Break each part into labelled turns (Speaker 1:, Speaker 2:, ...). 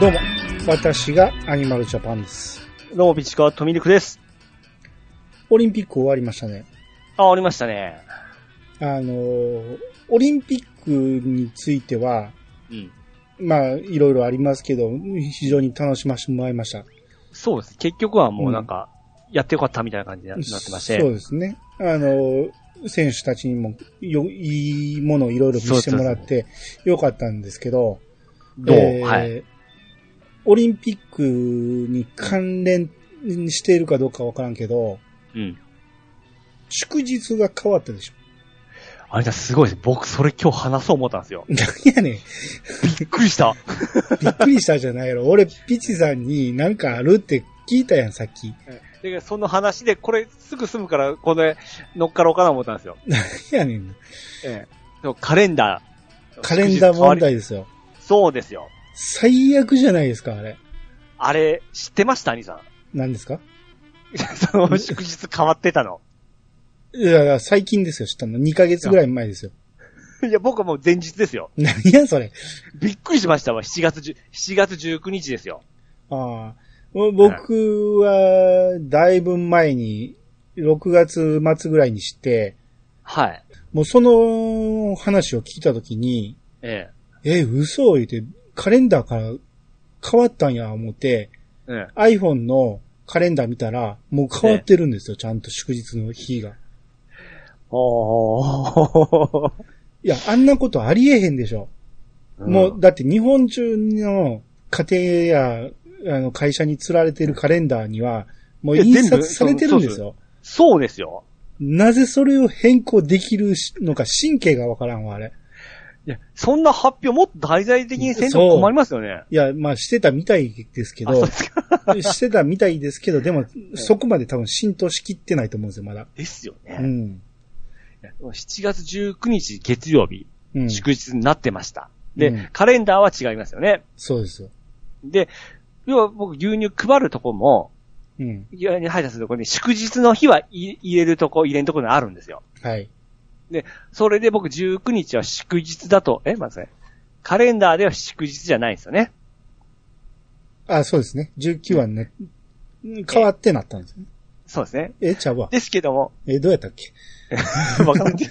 Speaker 1: どうも、私がアニマルジャパンです。
Speaker 2: どうも、ピチカートミルクです。
Speaker 1: オリンピック終わりましたね。
Speaker 2: あ、おりましたね。
Speaker 1: あのー、オリンピックについては、
Speaker 2: うん。
Speaker 1: まあ、いろいろありますけど、非常に楽しませてもらいました。
Speaker 2: そうです。結局はもうなんか、やってよかったみたいな感じにななってまして。
Speaker 1: そうですね。あの、選手たちにもよいいものをいろいろ見せてもらってよかったんですけど、
Speaker 2: どう、
Speaker 1: えー
Speaker 2: はい。
Speaker 1: オリンピックに関連しているかどうかわからんけど、
Speaker 2: うん。
Speaker 1: 祝日が変わったでしょ。
Speaker 2: あれだ、すごいです。僕、それ今日話そう思ったんですよ。
Speaker 1: なんやねん。
Speaker 2: びっくりした。
Speaker 1: びっくりしたじゃないやろ。俺、ピチさんになんかあるって聞いたやん、さっき。
Speaker 2: で、その話で、これ、すぐ済むから、これ、乗っかろうかな思ったんですよ。
Speaker 1: なんやねん。
Speaker 2: ええ。でもカレンダー。
Speaker 1: カレンダー問
Speaker 2: 祝日変わ
Speaker 1: 題ですよ。
Speaker 2: り。そうですよ。
Speaker 1: 最悪じゃないですか、あれ。
Speaker 2: あれ、知ってました兄さん。
Speaker 1: 何ですか
Speaker 2: その祝日変わってたの。
Speaker 1: いや、最近ですよ、知ったの。2ヶ月ぐらい前ですよ。
Speaker 2: いや、僕はもう前日ですよ。
Speaker 1: 何や、それ。
Speaker 2: びっくりしましたわ。7月10、7月19日ですよ。
Speaker 1: ああ。もう僕は、だいぶ前に、6月末ぐらいにして、
Speaker 2: はい。
Speaker 1: もうその話を聞いたときに、
Speaker 2: え
Speaker 1: え、嘘を言って、カレンダーから変わったんや、思って、
Speaker 2: え。え
Speaker 1: iPhone のカレンダー見たら、もう変わってるんですよ、ちゃんと祝日の日が。
Speaker 2: え。おー。
Speaker 1: いや、あんなことありえへんでしょ。もう、だって日本中の家庭や、あの、会社に釣られてるカレンダーには、もう
Speaker 2: いや
Speaker 1: 印
Speaker 2: 全部
Speaker 1: 刷されてるんです
Speaker 2: そ
Speaker 1: よ。
Speaker 2: そうですよ。
Speaker 1: なぜそれを変更できるのか神経がわからんわ、あれ。
Speaker 2: いや、そんな発表もっと大々的にせんと困りますよね。
Speaker 1: いや、まあしてたみたいですけ
Speaker 2: あ、そう
Speaker 1: ど
Speaker 2: で、すか。
Speaker 1: してたみたいですけど、でも、そこまで多分浸透しきってないと思うんですよ、まだ。
Speaker 2: ですよ
Speaker 1: う
Speaker 2: ね。
Speaker 1: ん。
Speaker 2: 7月19日月曜日、
Speaker 1: うん。
Speaker 2: 祝日になってました。で、
Speaker 1: うん
Speaker 2: カレンダーは違いますよね。
Speaker 1: そうですよ。
Speaker 2: で、要は僕牛乳配るとこも、
Speaker 1: うん。
Speaker 2: いや配達するとこに祝日の日はい入れるとこ、入れんとこがあるんですよ。
Speaker 1: はい。
Speaker 2: それで僕19日は祝日だと、え、まずね、カレンダーでは祝日じゃないんですよね。
Speaker 1: あ、そうですね。19はね、変わってなったんですね。
Speaker 2: そうですね。
Speaker 1: え、ちゃうわ。
Speaker 2: ですけども、
Speaker 1: え、どうやったっけ
Speaker 2: わかんない。い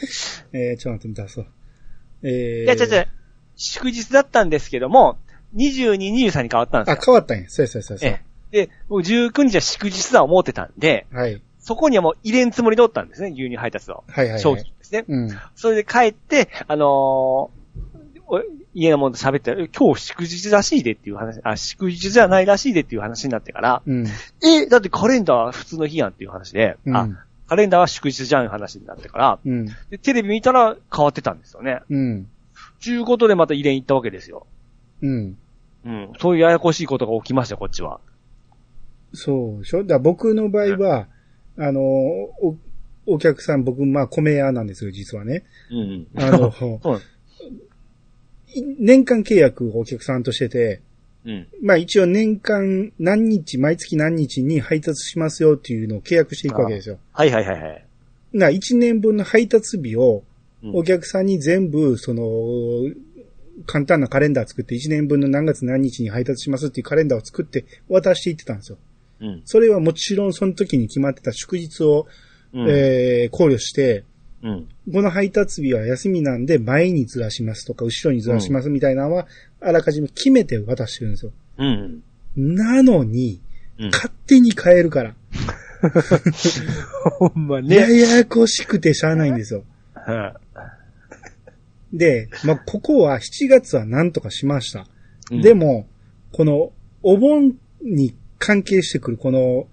Speaker 1: えー、ちょっと待って、出そう。えー、
Speaker 2: や、違う違う。祝日だったんですけども、22、23に変わったんです
Speaker 1: あ、
Speaker 2: よ。
Speaker 1: 変わったんや。そうやそうやそう
Speaker 2: え
Speaker 1: や。
Speaker 2: えで、僕19日は祝日だと思ってたんで、
Speaker 1: はい。
Speaker 2: そこにはもう入れんつもりだったんですね、牛乳配達を。
Speaker 1: はいはい、はい。
Speaker 2: 商品ですね。
Speaker 1: うん。
Speaker 2: それで帰って、あのーお家の者と喋って、え今日祝日らしいでっていう話、あ、祝日じゃないらしいでっていう話になってから、
Speaker 1: うん。
Speaker 2: え、だってカレンダーは普通の日やんっていう話で、
Speaker 1: うん
Speaker 2: あ、カレンダーは祝日じゃん話になってから、
Speaker 1: うん。
Speaker 2: でテレビ見たら変わってたんですよね。
Speaker 1: うん。
Speaker 2: ちゅうことでまた入れに行ったわけですよ。
Speaker 1: うん。
Speaker 2: うん。そういうややこしいことが起きました、こっちは。
Speaker 1: そうでしょだから僕の場合は、あの、お、お客さん、僕、まあ、米屋なんですよ、実はね。
Speaker 2: うん。
Speaker 1: あの、
Speaker 2: そう。
Speaker 1: い年間契約をお客さんとしてて、
Speaker 2: うん。
Speaker 1: まあ一応年間何日、毎月何日に配達しますよっていうのを契約していくわけですよ。
Speaker 2: はいはいはいはい。
Speaker 1: な、1年分の配達日を
Speaker 2: うん
Speaker 1: お客さんに全部、その、簡単なカレンダー作って1年分の何月何日に配達しますっていうカレンダーを作って渡していってたんですよ。
Speaker 2: うん。
Speaker 1: それはもちろんその時に決まってた祝日を
Speaker 2: うん。
Speaker 1: えー考慮して、
Speaker 2: うん。
Speaker 1: この配達日は休みなんで前にずらしますとか後ろにずらしますみたいなのは、あらかじめ決めて渡してるんですよ。
Speaker 2: うん。
Speaker 1: なのに、
Speaker 2: うん。
Speaker 1: 勝手に変えるから。
Speaker 2: ほんま
Speaker 1: や
Speaker 2: ね。
Speaker 1: やこしくてしゃあないんですよ。で、まあ、ここは7月はなんとかしました。
Speaker 2: うん
Speaker 1: で、も、このお盆に関係してくるこの、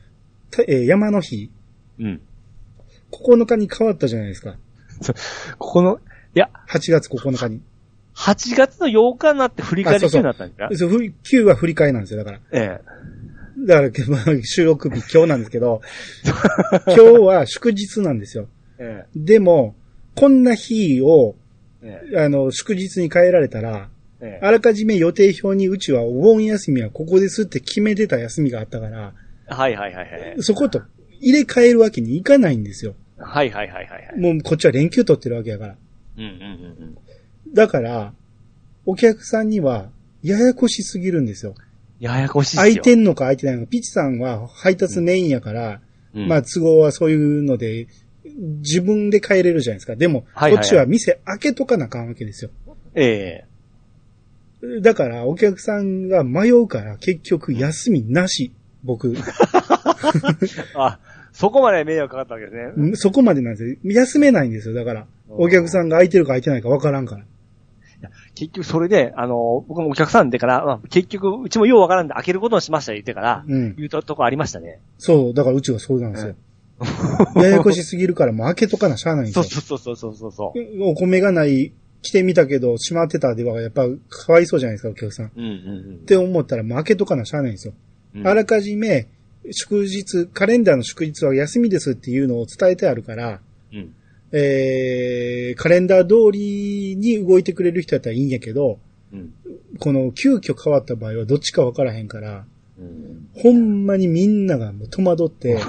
Speaker 1: たえー山の日、
Speaker 2: うん。
Speaker 1: 9日に変わったじゃないですか。
Speaker 2: ここの、いや、
Speaker 1: 8月9日に。
Speaker 2: 8月の8日になって振り返り中になったんじゃ
Speaker 1: そうふり9は振り替えなんですよ、だから。
Speaker 2: え
Speaker 1: だからけど、まあ収録日今日なんですけ ど、今日は祝日なんですよ。
Speaker 2: え。え
Speaker 1: でも、こんな日を、
Speaker 2: え。え
Speaker 1: あの、祝日に変えられたら、
Speaker 2: えええ。
Speaker 1: あらかじめ予定表にうちはお盆休みはここですって決めてた休みがあったから、
Speaker 2: はいはいはいはい。
Speaker 1: そこと入れ替えるわけにいかないんですよ。
Speaker 2: はいはいはいはいはい。
Speaker 1: もうこっちは連休取ってるわけやから。
Speaker 2: うんうんうんうん。
Speaker 1: だから、お客さんにはややこしすぎるんですよ。
Speaker 2: ややこしいっす
Speaker 1: 空
Speaker 2: よ。
Speaker 1: いてんのか空いてないのか。ピチさんは配達メインやから、
Speaker 2: うん、
Speaker 1: まあ都合はそういうので、自分で帰れるじゃないですか。でも、
Speaker 2: はいはいはい
Speaker 1: こっちは店開けとかなあかんわけですよ。
Speaker 2: ええ
Speaker 1: だから、お客さんが迷うから、結局休みなし。 僕、
Speaker 2: あ、そこまで迷惑かかったわけですね。
Speaker 1: んそこまでなんですよ。休めないんですよ。だから、お客さんが空いてるか空いてないかわからんから。
Speaker 2: 結局それで、あの、僕もお客さんでから、まあ、結局、うちもようわからんで開けることにしました言ってから、
Speaker 1: うん。
Speaker 2: 言うたとこありましたね。
Speaker 1: そう、だからうちはそうなんですよ。ややこしすぎるからもう開けとかなしゃあないんです
Speaker 2: そ
Speaker 1: よ
Speaker 2: う。そうそうそうそうそう。
Speaker 1: お米がない、来てみたけど、閉まってたではやっぱかわいそうじゃないですか、お客さん。っ
Speaker 2: うんうん
Speaker 1: て思ったらもう開けとかなしゃあないんですよ。
Speaker 2: うん。
Speaker 1: あらかじめ、祝日、カレンダーの祝日は休みですっていうのを伝えてあるから、
Speaker 2: うん。
Speaker 1: えー、カレンダー通りに動いてくれる人やったらいいんやけど、
Speaker 2: うん。
Speaker 1: この急遽変わった場合はどっちかわからへんから、
Speaker 2: うん。
Speaker 1: ほんまにみんながもう戸惑って、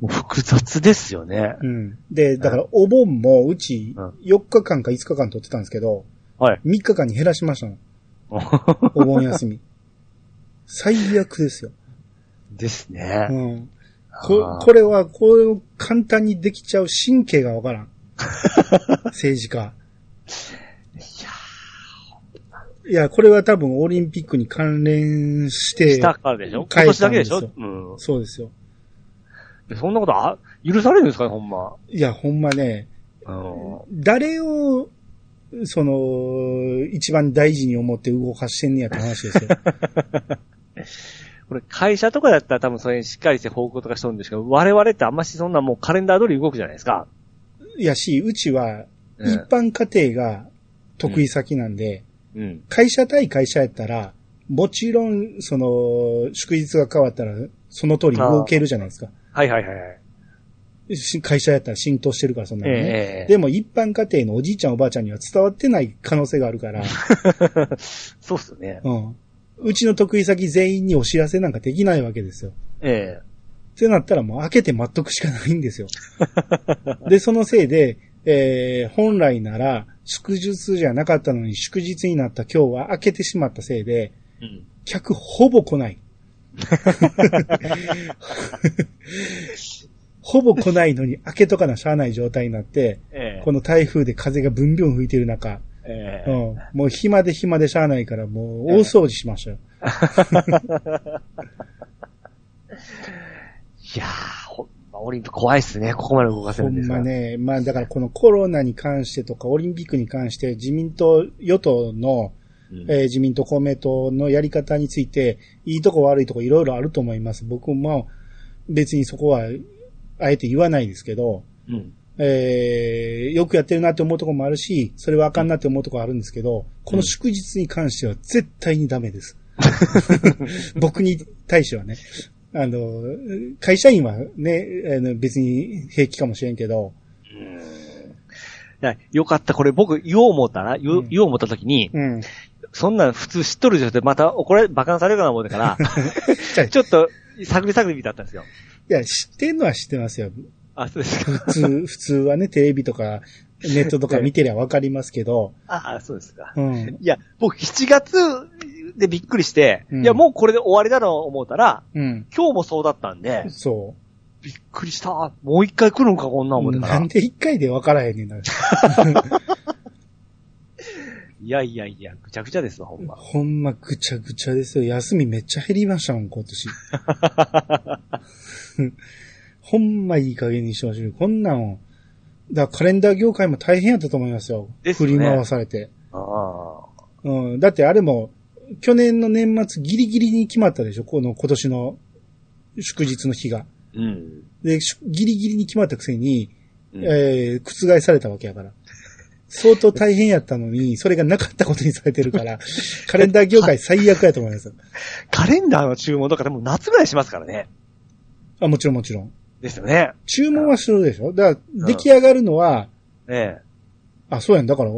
Speaker 2: もう複雑ですよね。
Speaker 1: うん。で、だからお盆もうち
Speaker 2: うん
Speaker 1: 4日間か5日間取ってたんですけど、
Speaker 2: はい。
Speaker 1: 3日間に減らしましたの。お盆休み。最悪ですよ。
Speaker 2: ですね
Speaker 1: う。ん。こ
Speaker 2: あー
Speaker 1: これは、これを簡単にできちゃう神経がわからん。 政治家。いや、これは多分オリンピックに関連して、
Speaker 2: したからでしょ今
Speaker 1: 変え
Speaker 2: 年
Speaker 1: た
Speaker 2: だ
Speaker 1: ん
Speaker 2: け
Speaker 1: で
Speaker 2: ですし
Speaker 1: よ
Speaker 2: ょうん
Speaker 1: そうですよ。
Speaker 2: で。そんなことあ、許されるんですかね、ほんま。
Speaker 1: いや、ほんまね、
Speaker 2: うん
Speaker 1: 誰を、その、一番大事に思って動かしてんねやって話です よ。
Speaker 2: これ会社とかだったら多分それにしっかりして報告とかしとるんですけど、我々ってあんましそんなもうカレンダー通り動くじゃないですか。
Speaker 1: いやし、うちは、
Speaker 2: う
Speaker 1: 一
Speaker 2: ん
Speaker 1: 般家庭が得意先なんで、
Speaker 2: うん。
Speaker 1: 会社対会社やったら、もちろん、その、祝日が変わったら、その通り動けるじゃないですか。
Speaker 2: はいはいはいはい。
Speaker 1: し会社やったら浸透してるから、そんなのね。
Speaker 2: ええ
Speaker 1: でも一般家庭のおじいちゃんおばあちゃんには伝わってない可能性がある から、
Speaker 2: そうっすよね。
Speaker 1: うん。うちの得意先全員にお知らせなんかできないわけですよ。
Speaker 2: ええ
Speaker 1: ってなったらもう開けて待っとくしかないん ですよ。で、そのせいで、えー本来なら祝日じゃなかったのに祝日になった今日は開けてしまったせいで、
Speaker 2: うん。
Speaker 1: 客ほぼ来 ない。ほぼ来ないのに開けとかなしゃあない状態になって、
Speaker 2: ええ
Speaker 1: この台風で風がブンビュン吹いてる中、
Speaker 2: え
Speaker 1: う
Speaker 2: え
Speaker 1: ん、もう暇で暇でしゃあないからもう大掃除しましたよ。
Speaker 2: いやー、ほんま、オリンピック怖いっすね。ここまで動かせ
Speaker 1: ほ
Speaker 2: る
Speaker 1: ん
Speaker 2: んですか
Speaker 1: ま
Speaker 2: ら。
Speaker 1: ね、まあだからこのコロナに関してとかオリンピックに関して自民党与党の、
Speaker 2: うん
Speaker 1: えー自民党公明党のやり方についていいとこ悪いとこいろいろあると思います。僕も別にそこはあえて言わないですけど、
Speaker 2: うん。
Speaker 1: えーよくやってるなって思うところもあるし、それはあかんなって思うところあるんですけど、この祝日に関しては絶対にダメです。僕に対してはね。あの、会社員はね、あの別に平気かもしれんけど、
Speaker 2: いやよかった。これ僕言おう思ったら、言お
Speaker 1: う
Speaker 2: うん言おう思った時に、
Speaker 1: うん。
Speaker 2: そんなん普通知っとるじゃんってまた怒られ、馬鹿にされるかな思う てから、
Speaker 1: じゃあい
Speaker 2: ちょっと探り探り見たったんですよ。
Speaker 1: や、知ってんのは知ってますよ。
Speaker 2: あ、そうです か。
Speaker 1: 普通、普通はね、テレビとか、ネットとか見てりゃわかりますけど、
Speaker 2: ああ、そうですか。
Speaker 1: うん。
Speaker 2: いや、僕7月でびっくりして、
Speaker 1: うん
Speaker 2: いや、もうこれで終わりだろう思ったら、
Speaker 1: うん。
Speaker 2: 今日もそうだったんで、
Speaker 1: そ
Speaker 2: びっくりした。もう一回来るんか、こんなん思っ
Speaker 1: う。
Speaker 2: てから。
Speaker 1: なんで一回でわからへんねんな。
Speaker 2: いやいやいや、ぐちゃぐちゃですわ、ほんま。
Speaker 1: ほんまぐちゃぐちゃですよ。休みめっちゃ減りましたもん、今 年。ほんまいい加減にしてほしい。こんなんを。だからカレンダー業界も大変やったと思いますよ。
Speaker 2: ですよね
Speaker 1: 振り回されて。
Speaker 2: ああ。
Speaker 1: うん。だってあれも、去年の年末ギリギリに決まったでしょこの今年の祝日の日が。
Speaker 2: うん。
Speaker 1: で、しギリギリに決まったくせに、
Speaker 2: うん
Speaker 1: えー、覆されたわけやから。相当大変やったのに、それがなかったことにされてる から、カレンダー業界最悪やと思いますよ。
Speaker 2: カレンダーの注文とかでも夏ぐらいしますからね。
Speaker 1: あ、もちろんもちろん。
Speaker 2: ですよね。
Speaker 1: 注文はするでしょだから、出来上がるのは、
Speaker 2: ええ。
Speaker 1: あ、そうやん。だから、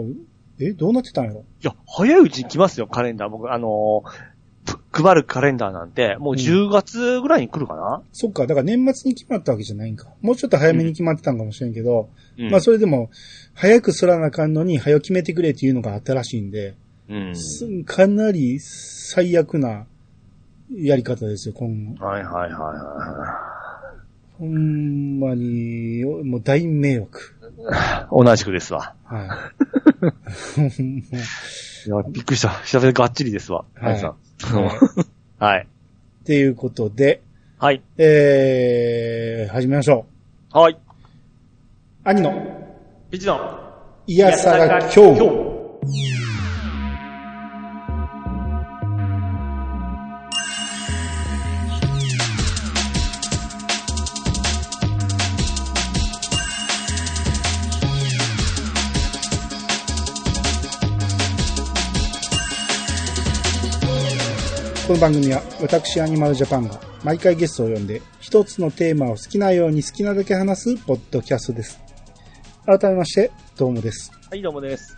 Speaker 1: え、どうなってたんやろ
Speaker 2: いや、早いうちに来ますよ、カレンダー。僕、あのーぷ配るカレンダーなんて、もう10月ぐらいに来るかな、
Speaker 1: そっか、だから年末に決まったわけじゃないんか。もうちょっと早めに決まってたんかもしれんけど、
Speaker 2: うん、
Speaker 1: まあそれでも、早くすらなあかんのに、早く決めてくれっていうのがあったらしいんで、
Speaker 2: うん。
Speaker 1: すかなり最悪なやり方ですよ、今後。
Speaker 2: はいはいはいは
Speaker 1: ほんまに、おもう大迷惑。
Speaker 2: い。同じくですわ。
Speaker 1: はい。
Speaker 2: いや、びっくりした。調べてがっちりですわ。
Speaker 1: はい
Speaker 2: はいさん。
Speaker 1: はい
Speaker 2: はい。
Speaker 1: っていうことで、
Speaker 2: はい。
Speaker 1: えー、始めましょ
Speaker 2: はい。
Speaker 1: う。兄の、
Speaker 2: 一度。
Speaker 1: いやさが今日。この番組は私アニマルジャパンが毎回ゲストを呼んで一つのテーマを好きなように好きなだけ話すポッドキャストです。改めまして、どうもです。
Speaker 2: はい、どうもです。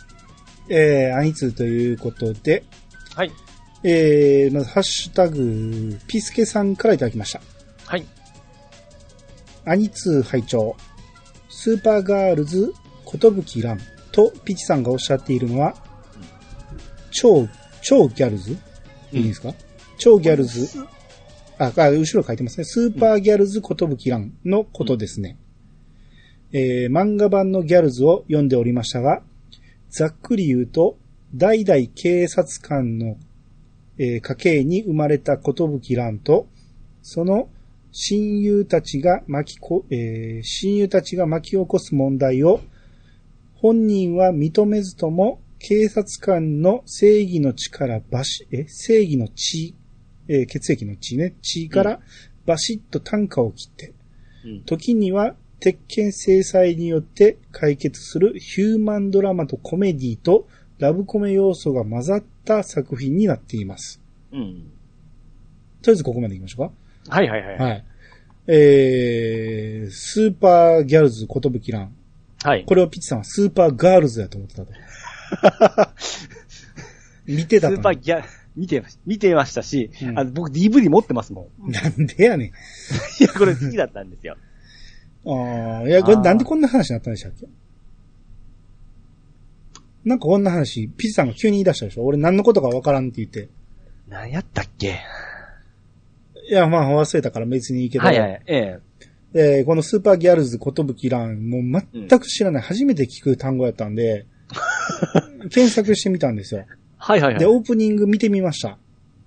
Speaker 1: えー、アニツーということで、
Speaker 2: はい。
Speaker 1: えー、まずハッシュタグ、ピスケさんからいただきました。
Speaker 2: はい。
Speaker 1: アニツー拝聴スーパーガールズ、ことぶきらんとピチさんがおっしゃっているのは、超、超ギャルズいいんですか、超ギャルズ、あ、あ後ろ書いてますね。スーパーギャルズことぶきらんのことですね。えー、漫画版のギャルズを読んでおりましたが、ざっくり言うと、代々警察官の、えー家系に生まれたことぶきらんと、その親友たちが巻きこ、えー親友たちが巻き起こす問題を、本人は認めずとも、警察官の正義の血からばし、え、正義の血、えー血液の血ね、血からバシッと短歌を切って、
Speaker 2: うん。
Speaker 1: 時には鉄拳制裁によって解決するヒューマンドラマとコメディとラブコメ要素が混ざった作品になっています。
Speaker 2: うん。
Speaker 1: とりあえずここまで行きましょうか。
Speaker 2: はいはいはい。
Speaker 1: はい。えー、スーパーギャルズことぶきらん。
Speaker 2: はい。
Speaker 1: これをピッチさんはスーパーガールズだと思 ってたと。見て
Speaker 2: ス
Speaker 1: たと
Speaker 2: ー
Speaker 1: 思
Speaker 2: パー
Speaker 1: う。
Speaker 2: ギャ、見てました、見てましたし、
Speaker 1: うん
Speaker 2: あの僕 DVD 持ってます もん。
Speaker 1: なんでやねん。
Speaker 2: いや、これ好きだったんですよ。
Speaker 1: ああ、いや、これ
Speaker 2: あー
Speaker 1: なんでこんな話になったんでしたっけなんかこんな話、ピチさんが急に言い出したでしょ俺何のことかわからんって言って。
Speaker 2: 何やったっけ
Speaker 1: いや、まあ忘れたから別にいいけど。
Speaker 2: はいはい。ええ。
Speaker 1: えーこのスーパーギャルズことぶきらん、もう全く知らない、初めて聞く単語やったん で、検索してみたんですよ。
Speaker 2: はいはい
Speaker 1: で、
Speaker 2: はい。
Speaker 1: オープニング見てみました。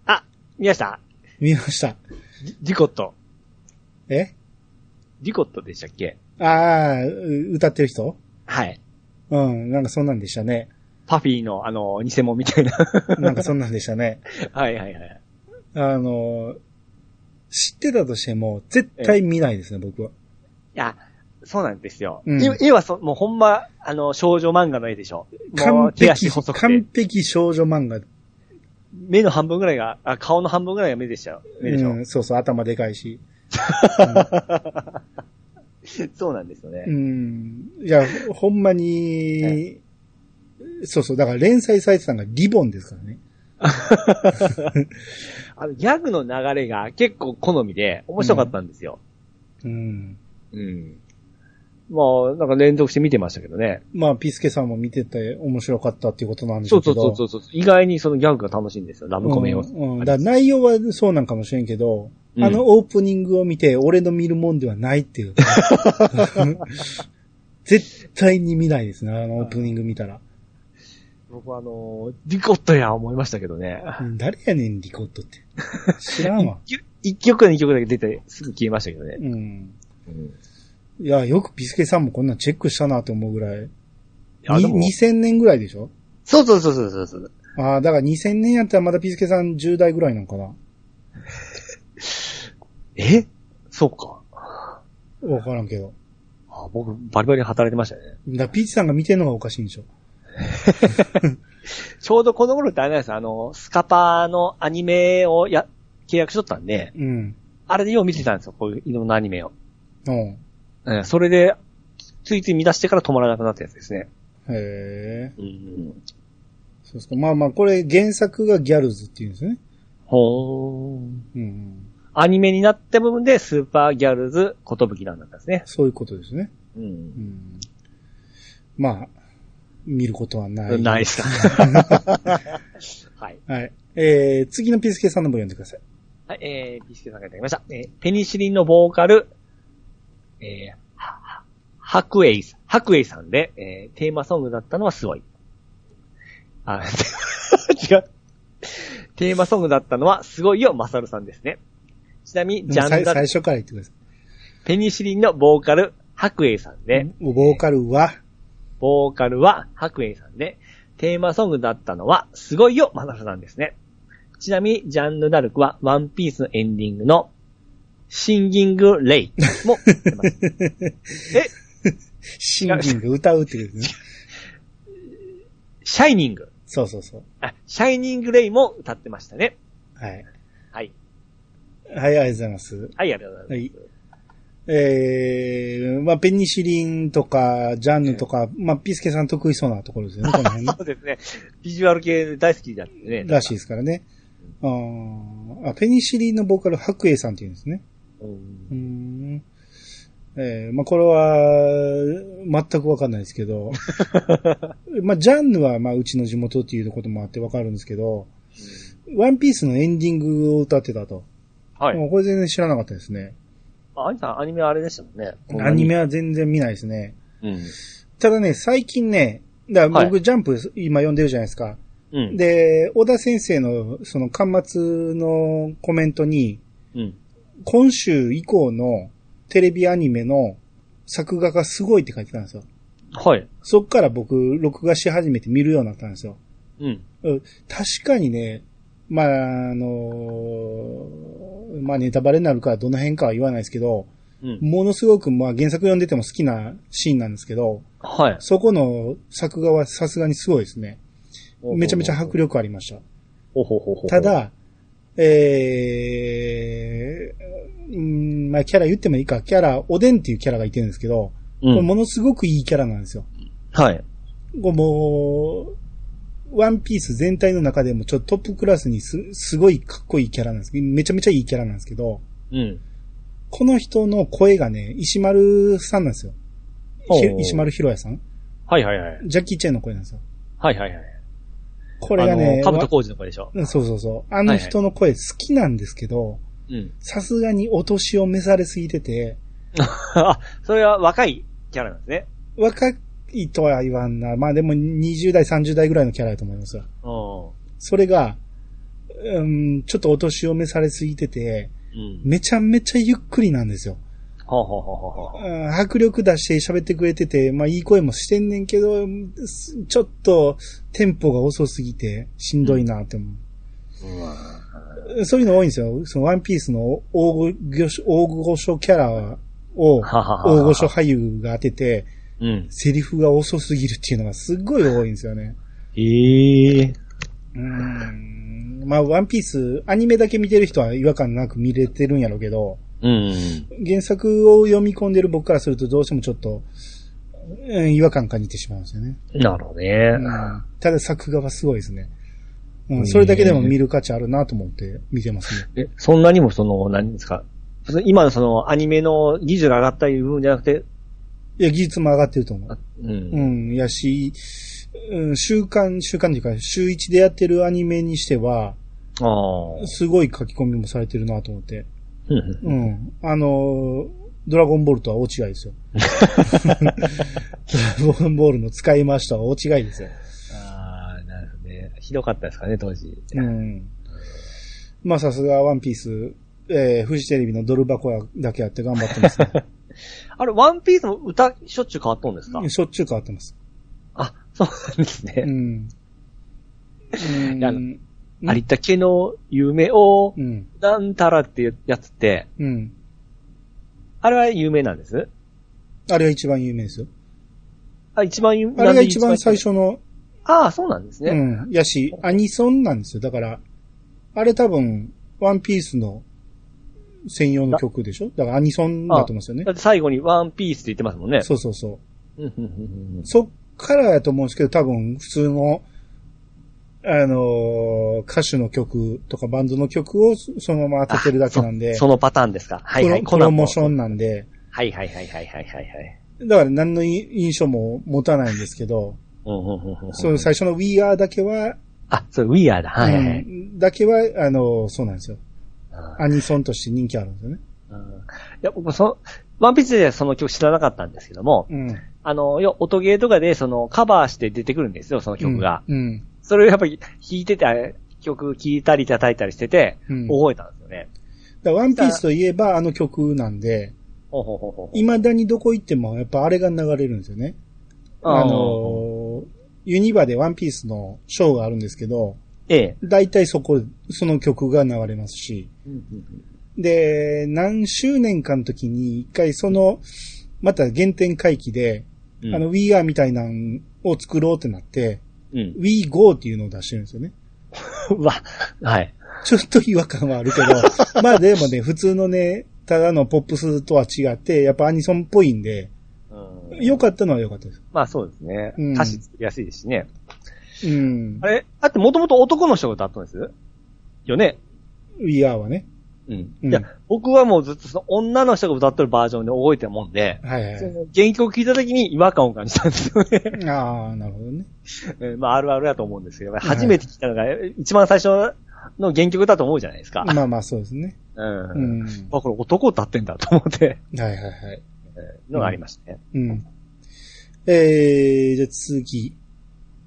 Speaker 2: あ、見ました
Speaker 1: 見ました。
Speaker 2: リリコット。
Speaker 1: え
Speaker 2: リコットでしたっけ
Speaker 1: ああ、う歌ってる人
Speaker 2: はい。
Speaker 1: うん、なんかそんなんでしたね。
Speaker 2: パフィーの、あの、偽物みたい な。
Speaker 1: なんかそんなんでした ね。
Speaker 2: はいはいはい。
Speaker 1: あの、知ってたとしても、絶対見ないですね、僕は。
Speaker 2: いや、そうなんですよ。
Speaker 1: うん
Speaker 2: 絵絵はそ、もうほんま、あの、少女漫画の絵でしょ。も
Speaker 1: 完
Speaker 2: う手足
Speaker 1: 璧、
Speaker 2: 細くて
Speaker 1: 完。璧少女漫画。
Speaker 2: 目の半分ぐらいが、あ顔の半分ぐらいが目でしたよ。目でしょ。
Speaker 1: うん、そうそう、頭でかいし。
Speaker 2: そうなんですよね。
Speaker 1: うん。いや、ほんまに、そうそう、だから連載されてたのがリボンですからね。
Speaker 2: あの、ギャグの流れが結構好みで面白かったんですよ。
Speaker 1: うん。
Speaker 2: うん。まあ、なんか連続して見てましたけどね。
Speaker 1: まあ、ピスケさんも見てて面白かったっていうことなんでし
Speaker 2: そ
Speaker 1: ょ
Speaker 2: う
Speaker 1: うけ
Speaker 2: そ
Speaker 1: ど。
Speaker 2: うそうそう。意外にそのギャグが楽しいんですよ。ラブコメ要素。
Speaker 1: うん、うん、だから内容はそうなんかもしれんけど、
Speaker 2: うん
Speaker 1: あのオープニングを見て、俺の見るもんではないって いう。絶対に見ないですね、あのオープニング見たら。
Speaker 2: 僕はあのー、リコットや思いましたけどね。
Speaker 1: 誰やねん、リコットって。知らん わ。
Speaker 2: 一曲か二曲だけ出てすぐ消えましたけどね。
Speaker 1: うん。
Speaker 2: うん。
Speaker 1: いや、よくピスケさんもこんなんチェックしたなと思うぐらい。
Speaker 2: あ、
Speaker 1: に
Speaker 2: でも、
Speaker 1: 2000年ぐらいでしょ
Speaker 2: そうそうそうそうそうそう。
Speaker 1: ああ、だから2000年やったらまだピスケさん10代ぐらいなんかな。
Speaker 2: えそうか。
Speaker 1: わからんけど。
Speaker 2: あ僕、バリバリ働いてましたね。
Speaker 1: だからピーチさんが見てんのがおかしいんでしょ
Speaker 2: ちょうどこの頃ってあれなんですよあの、スカパーのアニメをや、契約しとったんで、
Speaker 1: うん。
Speaker 2: あれでよう見てたんですよ。こういういろんなアニメを。
Speaker 1: うん。
Speaker 2: えーそれで、ついつい見出してから止まらなくなったやつですね。
Speaker 1: へえ。
Speaker 2: うん。
Speaker 1: そうですか。まあまあ、これ原作がギャルズっていうんですね。
Speaker 2: ほー。
Speaker 1: うんうん。
Speaker 2: アニメになった部分で、スーパーギャルズ、ことぶきなんだったんですね。
Speaker 1: そういうことですね。
Speaker 2: う。
Speaker 1: うんん。まあ、見ることはない。。
Speaker 2: ないい っすか。はい。
Speaker 1: はい。えー、次のピスケさんのも読んでください。
Speaker 2: はい、えー、ビスケさんからいただきました。えー、ペニシリンのボーカル、えー、はは白衣さん、白衣さんで、えー、テーマソングだったのはすごい。あ、 違う。テーマソングだったのはすごいよ、マサルさんですね。ちなみに、ジャン
Speaker 1: 最
Speaker 2: ルだ
Speaker 1: 最初から言ってくださ
Speaker 2: ペニシリンのボーカル、白衣さん
Speaker 1: い。
Speaker 2: で、
Speaker 1: ボーカル は、
Speaker 2: ボーカルは白衣さんで、テーマソングだったのは、すごいよ、マサルさんですね。ちなみに、ジャンヌ・ダルクは、ワンピースのエンディングの、シンギング・レイもやってます、
Speaker 1: シンギング歌うっていうね。
Speaker 2: シャイニング。
Speaker 1: そうそうそう。
Speaker 2: あ、シャイニング・レイも歌ってましたね。
Speaker 1: はい。
Speaker 2: はい。
Speaker 1: はい、ありがとうございます。
Speaker 2: はい、ありがとうございます。
Speaker 1: えー、まあ、ペニシリンとか、ジャンヌとか、まあ、ピスケさん得意そうなところですよね、この辺ね
Speaker 2: そうですね。ビジュアル系大好きだってね。
Speaker 1: らしいですからね。あーあ、ペニシリンのボーカル、白衣さんって言うんですね。
Speaker 2: うん
Speaker 1: うーん。えー、まあ、これは、全くわかんないですけ ど、まあ、ジャンヌは、まあ、うちの地元っていうこともあってわかるんですけど、ワンピースのエンディングを歌ってたと。
Speaker 2: はい。
Speaker 1: もうこれ全然知らなかったですね。
Speaker 2: あ、アニさん、アニメはあれでしたもんね。
Speaker 1: アニメは全然見ないですね。
Speaker 2: うん。
Speaker 1: ただね、最近ね、だから僕、
Speaker 2: は
Speaker 1: ジャンプ今読んでるじゃないですか。
Speaker 2: うん。
Speaker 1: で、小田先生のその端末のコメントに、
Speaker 2: うん。
Speaker 1: 今週以降のテレビアニメの作画がすごいって書いてたんですよ。
Speaker 2: はい。
Speaker 1: そっから僕、録画し始めて見るようになったんですよ。
Speaker 2: うん。
Speaker 1: 確かにね、まあ、あの、まあネタバレになるからどの辺かは言わないですけど、
Speaker 2: うん。
Speaker 1: ものすごくまあ原作読んでても好きなシーンなんですけど、
Speaker 2: はい。
Speaker 1: そこの作画はさすがにすごいですね。めちゃめちゃ迫
Speaker 2: 力。
Speaker 1: 力ありました。
Speaker 2: ほほほほ
Speaker 1: た、だ、えー、うんまあキャラ言ってもいいか、キャラ、おでんっていうキャラがいてるんですけど、
Speaker 2: う
Speaker 1: これ
Speaker 2: ん。
Speaker 1: ものすごくいいキャラなんですよ。
Speaker 2: はい。
Speaker 1: こうもう、ワンピース全体の中でもちょっとトップクラスにす、すごいかっこいいキャラなんですけど、めちゃめちゃいいキャラなんですけど、
Speaker 2: うん。
Speaker 1: この人の声がね、石丸さんなんですよ。ひ
Speaker 2: おー
Speaker 1: 石丸ひろやさん
Speaker 2: はいはいはい。
Speaker 1: ジャッキー・チェンの声なんですよ。
Speaker 2: はいはいはい。
Speaker 1: これがね、
Speaker 2: かぶとこうじの声でしょ。
Speaker 1: わそうそうそう。あの人の声好きなんですけど、
Speaker 2: うん。
Speaker 1: さすがにお年を召されすぎてて、
Speaker 2: あ、それは若いキャラなんですね。
Speaker 1: 若いとは言わんな。まあでも20代、30代ぐらいのキャラだと思いますよ。
Speaker 2: う
Speaker 1: それが、うん、ちょっとお年を召されすぎてて、
Speaker 2: ん。うん。
Speaker 1: めちゃめちゃゆっくりなんですよ。
Speaker 2: ほうほうほうほうほう。
Speaker 1: うん迫力出して喋ってくれてて、まあいい声もしてんねんけど、すちょっとテンポが遅すぎてしんどいなって思う。
Speaker 2: うわ
Speaker 1: そういうの多いんですよ。そのワンピースの大御所大御所キャラを、
Speaker 2: ははは
Speaker 1: 大御所俳優が当てて、
Speaker 2: うん。
Speaker 1: セリフが遅すぎるっていうのがすっごい多いんですよね。
Speaker 2: ええ。
Speaker 1: うーん。まあ、ワンピース、アニメだけ見てる人は違和感なく見れてるんやろうけど、
Speaker 2: うん。
Speaker 1: 原作を読み込んでる僕からするとどうしてもちょっと、うん、違和感感じてしまうんですよね。
Speaker 2: なるほどね
Speaker 1: う。ん、ただ作画はすごいですね。うん、それだけでも見る価値あるなと思って見てますね。
Speaker 2: え、そんなにもその、何ですか。その今のそのアニメの技術が上がったいう部分じゃなくて、
Speaker 1: いや、技術も上がってると思う
Speaker 2: あ。う。
Speaker 1: うんん、やし、うん、週刊、週刊というか、週一でやってるアニメにしては、
Speaker 2: ああ。
Speaker 1: すごい書き込みもされてるなと思って。
Speaker 2: うん
Speaker 1: うん。あの、ドラゴンボールとは大違いです よ。ドラゴンボールの使い回しとは大違いですよ。
Speaker 2: ああ、なるほどね。ひどかったですかね、当時。
Speaker 1: うん。まあさすがワンピース、えー、フジテレビのドル箱やだけあって頑張って ます、ね。
Speaker 2: あれ、ワンピースも歌、しょっちゅう変わっとんですか
Speaker 1: しょっちゅう変わってます。
Speaker 2: あ、そうなんです
Speaker 1: う
Speaker 2: ね。
Speaker 1: ん。うん。
Speaker 2: あ
Speaker 1: う
Speaker 2: の
Speaker 1: ん。
Speaker 2: ありったけの夢を、
Speaker 1: うん。
Speaker 2: なんたらってやつって、
Speaker 1: うん。
Speaker 2: あれは有名なんです。
Speaker 1: あれが一番有名ですよ。
Speaker 2: あ、一番有名
Speaker 1: あれが一番最。初の
Speaker 2: ああ、そうなんですね。
Speaker 1: うん。やし、アニソンなんですよ。だから、あれ多分、ワンピースの専用の曲でしょだからアニソンだと思うんですよね
Speaker 2: だ。って最後にワンピースって言ってますもんね。
Speaker 1: そうそうそう。
Speaker 2: うんうんうんうん
Speaker 1: そっからやと思うんですけど、多分、普通の、あのー歌手の曲とかバンドの曲をそそのまま当ててるだけなんで、
Speaker 2: そそのパターンですか。はいはい。
Speaker 1: プロプロモーショ
Speaker 2: ン。
Speaker 1: ンなんで、
Speaker 2: はいはいはいはいはいはいはい。
Speaker 1: だから何のい印象も持たないんですけど、
Speaker 2: うんうんうんうん
Speaker 1: そう最初の We Are だけは、
Speaker 2: あ、それ We Are だ。はいはいは
Speaker 1: う
Speaker 2: い。
Speaker 1: んだけは、あのーそうなんですよ。
Speaker 2: あうん
Speaker 1: アニソンとして人気あるんですよね。
Speaker 2: うんいや、僕もそ、ワンピースではその曲知らなかったんですけども、
Speaker 1: うん。
Speaker 2: あの、要は音ゲーとかでそのカバーして出てくるんですよ、その曲が。
Speaker 1: うん。
Speaker 2: それをやっぱり弾いてて、曲聴いたり叩いたりしてて、
Speaker 1: うん。
Speaker 2: 覚えたんですよね。
Speaker 1: だからワンピースといえばあの曲なんで、
Speaker 2: ほうほうほうほう
Speaker 1: 未だにどこ行ってもやっぱあれが流れるんですよね。あ、のー、ユニバでワンピースのショーがあるんですけど、
Speaker 2: ええ。
Speaker 1: だいたいそこ、その曲が流れますし、で、何周年かの時に一回その、また原点回帰で、
Speaker 2: うん
Speaker 1: あの、、We Are みたいなんを作ろうってなって、
Speaker 2: うん。
Speaker 1: We Go っていうのを出してるんですよね。
Speaker 2: う わ、はい。
Speaker 1: ちょっと違和感はあるけど、 まあでもね、普通のね、ただのポップスとは違って、やっぱアニソンっぽいんで、
Speaker 2: うん
Speaker 1: 良かったのは良かったです。
Speaker 2: まあそうですね。
Speaker 1: うん
Speaker 2: 歌詞作りやすいですしね。
Speaker 1: うん
Speaker 2: あ。れ、だってもともと男の人が歌ったんですよね。
Speaker 1: We Are はね。
Speaker 2: うん。
Speaker 1: うん
Speaker 2: いや、僕はもうずっとその女の人が歌ってるバージョンで覚えてるもんで、
Speaker 1: はいは
Speaker 2: そ
Speaker 1: い
Speaker 2: の原曲を聞いた時に違和感を感じたんですよね。
Speaker 1: はい。ああ、なるほどね。
Speaker 2: えー まあ、あるあるだと思うんですけど、初めて聞いたのが、一番最初の原曲だと思うじゃないですか。
Speaker 1: まあまあそうですね。
Speaker 2: うん。
Speaker 1: う
Speaker 2: うん、
Speaker 1: ん。は
Speaker 2: あ、これ男歌ってんだと思って、
Speaker 1: いはいはい。
Speaker 2: のがありましたね。
Speaker 1: うん。えー、じゃあ次。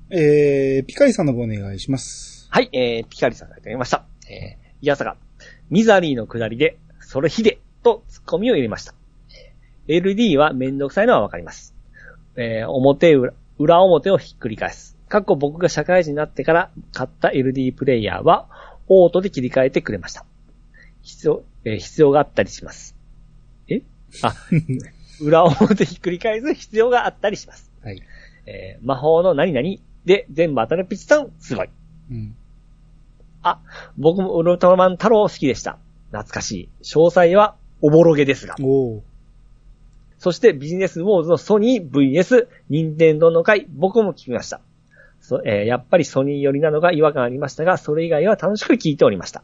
Speaker 1: えー、ピカイさんの方お願いします。
Speaker 2: はい、えー、ピカリさんがいただきました。えー、イヤサが、ミザリーの下りで、それひで、とツッコミを入れました。えー LD はめんどくさいのはわかります。えー、表裏、裏表をひっくり返す。かっこ僕が社会人になってから買った LD プレイヤーは、オートで切り替えてくれました。必要、えー必要があったりします。え あ、裏表ひっくり返す必要があったりします。
Speaker 1: はい。
Speaker 2: えー魔法の何々で全部当たるピチさん、すごい。
Speaker 1: うん。
Speaker 2: 僕もウルトラマン太郎好きでした。懐かしい。詳細はおぼろげですが。
Speaker 1: おー
Speaker 2: そしてビジネスウォーズのソニー VS 任天堂の回、僕も聞きました。そえーやっぱりソニー寄りなのが違和感ありましたが、それ以外は楽しく聞いておりました。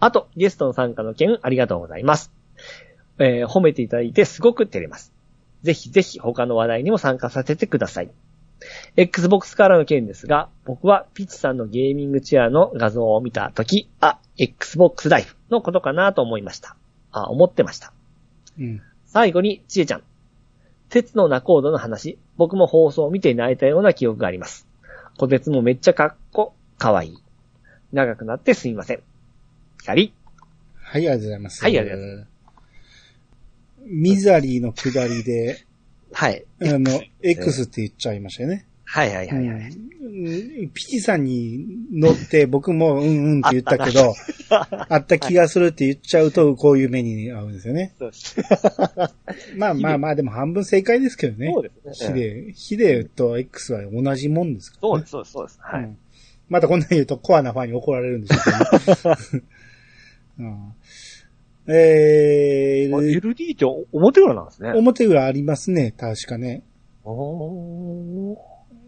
Speaker 2: あと、ゲストの参加の件ありがとうございます。えー褒めていただいてすごく照れます。ぜひぜひ他の話題にも参加させてください。Xbox からの件ですが、僕はピッチさんのゲーミングチェアの画像を見たとき、あ、Xbox ライフのことかなと思いました。あ、思ってました。
Speaker 1: うん。
Speaker 2: 最後に、ちえちゃん。鉄のナコードの話、僕も放送を見て泣いたような記憶があります。小鉄もめっちゃかっこ、かわいい。長くなってすみません。キャリ。
Speaker 1: はい、ありがとうございます。
Speaker 2: はいありがとうご
Speaker 1: ます。ミザリーの下りで、
Speaker 2: はい。
Speaker 1: あの、X って言っちゃいましたよね。
Speaker 2: はいはいはい、はい
Speaker 1: うんピチさんに乗 って僕もうんうんって言ったけど、あった気がするって言っちゃうとこういう目に遭うんですよね。
Speaker 2: そうですね。
Speaker 1: まあまあまあでも半分正解ですけどね。
Speaker 2: そう
Speaker 1: ヒ
Speaker 2: ですね。
Speaker 1: デ、ヒデと X は同じもんですから、
Speaker 2: そう
Speaker 1: ね。
Speaker 2: です、そうです、そうです。は
Speaker 1: う
Speaker 2: い。
Speaker 1: んまたこんなん言うとコアなファンに怒られるんでしょうけ ど、ねうんえ
Speaker 2: あ
Speaker 1: ー、
Speaker 2: LD って表裏なんですね。
Speaker 1: 表裏ありますね、確かね。
Speaker 2: おー。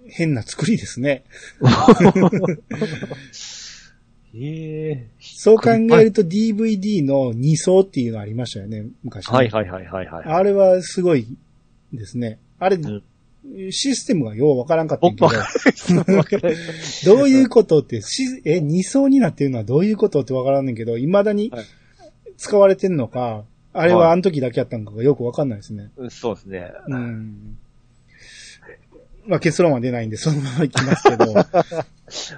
Speaker 1: 変な作りですね。
Speaker 2: へえ。
Speaker 1: そう考えると DVD の2層っていうのありましたよね、昔ね、
Speaker 2: はいはいはいはいはい。
Speaker 1: あれはすごいですね。あれ、
Speaker 2: ん
Speaker 1: システムがようわからんかったんや
Speaker 2: 僕わかんないです。わかんないです
Speaker 1: けど、どういうこと って、しえ、二層になってるのはどういうことってわからんねんけど、未だに
Speaker 2: はい
Speaker 1: 使われてんのか、あれ
Speaker 2: は
Speaker 1: はいあの時だけやったんかがよくわかんないですね。
Speaker 2: うんそうですね。
Speaker 1: うん。まあ結論は出ないんで、そのままいきます けど。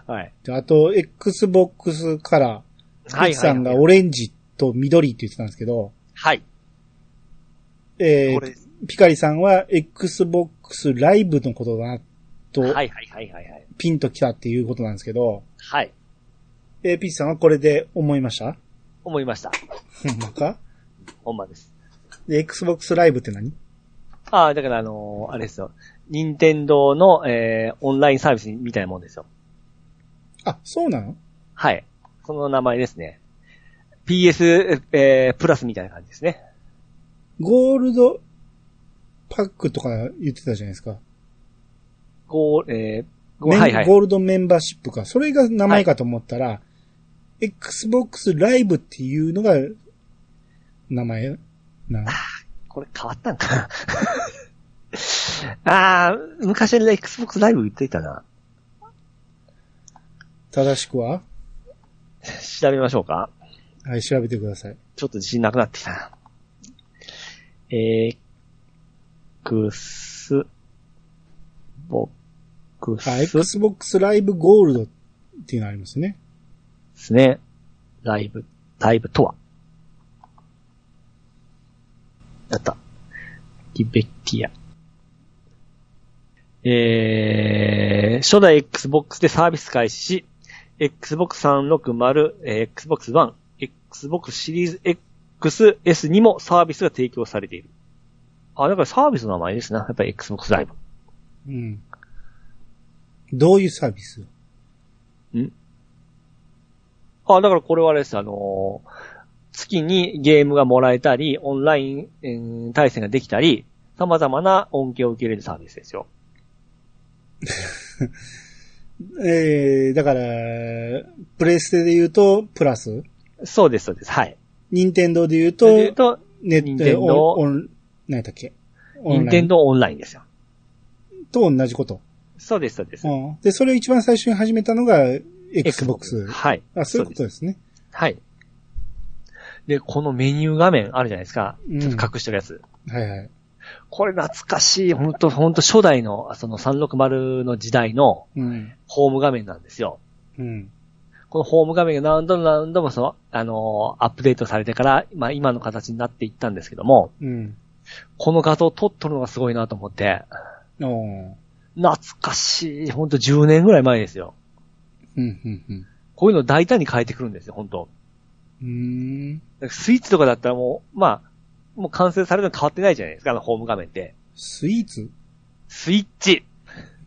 Speaker 2: はい。
Speaker 1: であと、Xbox から、
Speaker 2: はいはいはい
Speaker 1: いさんがオレンジと緑って言ってたんですけど、
Speaker 2: はい。
Speaker 1: え
Speaker 2: こ
Speaker 1: ー
Speaker 2: れ、
Speaker 1: ピカリさんは Xbox ライブのことだな、と、
Speaker 2: はいはいはいはいはい。
Speaker 1: ピンときたっていうことなんですけど、
Speaker 2: はい。
Speaker 1: えー、ピッチさんはこれで思いま した
Speaker 2: 思いました。
Speaker 1: ほんまか
Speaker 2: ほんまです。
Speaker 1: で、Xbox ライブって何
Speaker 2: ああ、だからあのーあれですよ。任天堂の、えー、オンラインサービスみたいなもんですよ。
Speaker 1: あ、そうなの
Speaker 2: はい。その名前ですね。PS、えー、プラスみたいな感じですね。
Speaker 1: ゴールドパックとか言ってたじゃないですか。
Speaker 2: こう、えー、こう
Speaker 1: メン
Speaker 2: はいはい。
Speaker 1: ゴールドメンバーシップか。それが名前かと思ったら、Xbox ライブっていうのが名前なの
Speaker 2: これ変わったんかな ああ、昔は Xbox ライブ言っていたな。
Speaker 1: 正しくは
Speaker 2: 調べましょうか。
Speaker 1: はい、調べてください。
Speaker 2: ちょっと自信なくなってきたな。えー、くす、ぼ、くす
Speaker 1: あ、
Speaker 2: で
Speaker 1: Xbox Live Gold っていうのありますね。
Speaker 2: すね。ライブ、ライブとは。やった。リベティア。えー、初代 Xbox でサービス開始し、Xbox 360、えー Xbox One、Xbox シリーズ XS にもサービスが提供されている。あ、だからサービスの名前ですな。やっぱり Xbox ライブ。
Speaker 1: うん。どういうサービス
Speaker 2: あ、だからこれはあれです、あのー月にゲームがもらえたり、オンライン、えー対戦ができたり、様々な恩恵を受けれるサービスですよ。
Speaker 1: えー、だから、プレステで言うと、プラス。
Speaker 2: そうです、そうです。はい。
Speaker 1: 任天堂で言う
Speaker 2: そ
Speaker 1: と
Speaker 2: れ、で言うと、
Speaker 1: ネッ
Speaker 2: 任
Speaker 1: ト
Speaker 2: 天
Speaker 1: で、
Speaker 2: 堂
Speaker 1: オン、オン何やったっけオン
Speaker 2: 任
Speaker 1: ライ
Speaker 2: 天
Speaker 1: ン
Speaker 2: 堂オンラインですよ。
Speaker 1: と同じこと。
Speaker 2: そうです、そうです
Speaker 1: う。ん。で、それを一番最初に始めたのが、Xbox。
Speaker 2: はい。
Speaker 1: あ、そういうこと
Speaker 2: そう
Speaker 1: ですね。
Speaker 2: ですはい。で、このメニュー画面あるじゃないですか。
Speaker 1: うん
Speaker 2: ちょっと隠してるやつ。
Speaker 1: はいはい。
Speaker 2: これ懐かしい。本当本当初代の、その360の時代の
Speaker 1: うん。
Speaker 2: ホーム画面なんですよ。
Speaker 1: うん。
Speaker 2: このホーム画面が何度も何度もその、あのーアップデートされてから、まあ今の形になっていったんですけども、
Speaker 1: うん。
Speaker 2: この画像撮っとるのがすごいなと思って、
Speaker 1: おー
Speaker 2: 懐かしい、ほんと10年ぐらい前ですよ。
Speaker 1: うん、うん、うん。
Speaker 2: こういうの大胆に変えてくるんですよ、本当
Speaker 1: うーん。
Speaker 2: スイッチとかだったらもう、まあ、もう完成されるの変わってないじゃないですか、あのホーム画面って。
Speaker 1: スイーツ
Speaker 2: スイッチ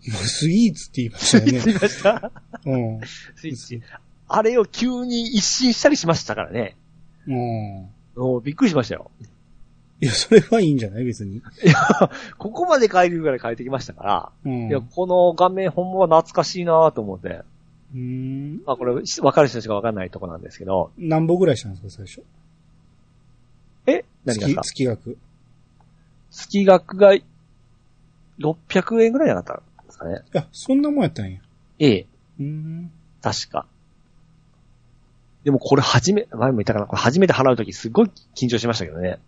Speaker 1: 今スイーツって言いました よね。
Speaker 2: 言いました
Speaker 1: うん。
Speaker 2: スイッチ。あれを急に一新したりしましたからね。
Speaker 1: うん。
Speaker 2: もうびっくりしましたよ。
Speaker 1: いや、それはいいんじゃない別に。
Speaker 2: ここまで変えるぐらい変えてきましたから、
Speaker 1: うん。
Speaker 2: いや、
Speaker 1: う
Speaker 2: この画面ほんま懐かしいなと思って。
Speaker 1: ーん。
Speaker 2: まあこれ、しわかる人しかわかんないとこなんですけど。
Speaker 1: 何本ぐらいしたんですか、最初。
Speaker 2: え何がですか
Speaker 1: 月、月額。
Speaker 2: 月額が600円ぐらいじゃなかったんですかね。
Speaker 1: あ、そんなもんやったんや。
Speaker 2: ええ、
Speaker 1: うーん。
Speaker 2: 確か。でもこれ初め、前も言ったかな、これ初めて払うときすごい緊張しましたけどね。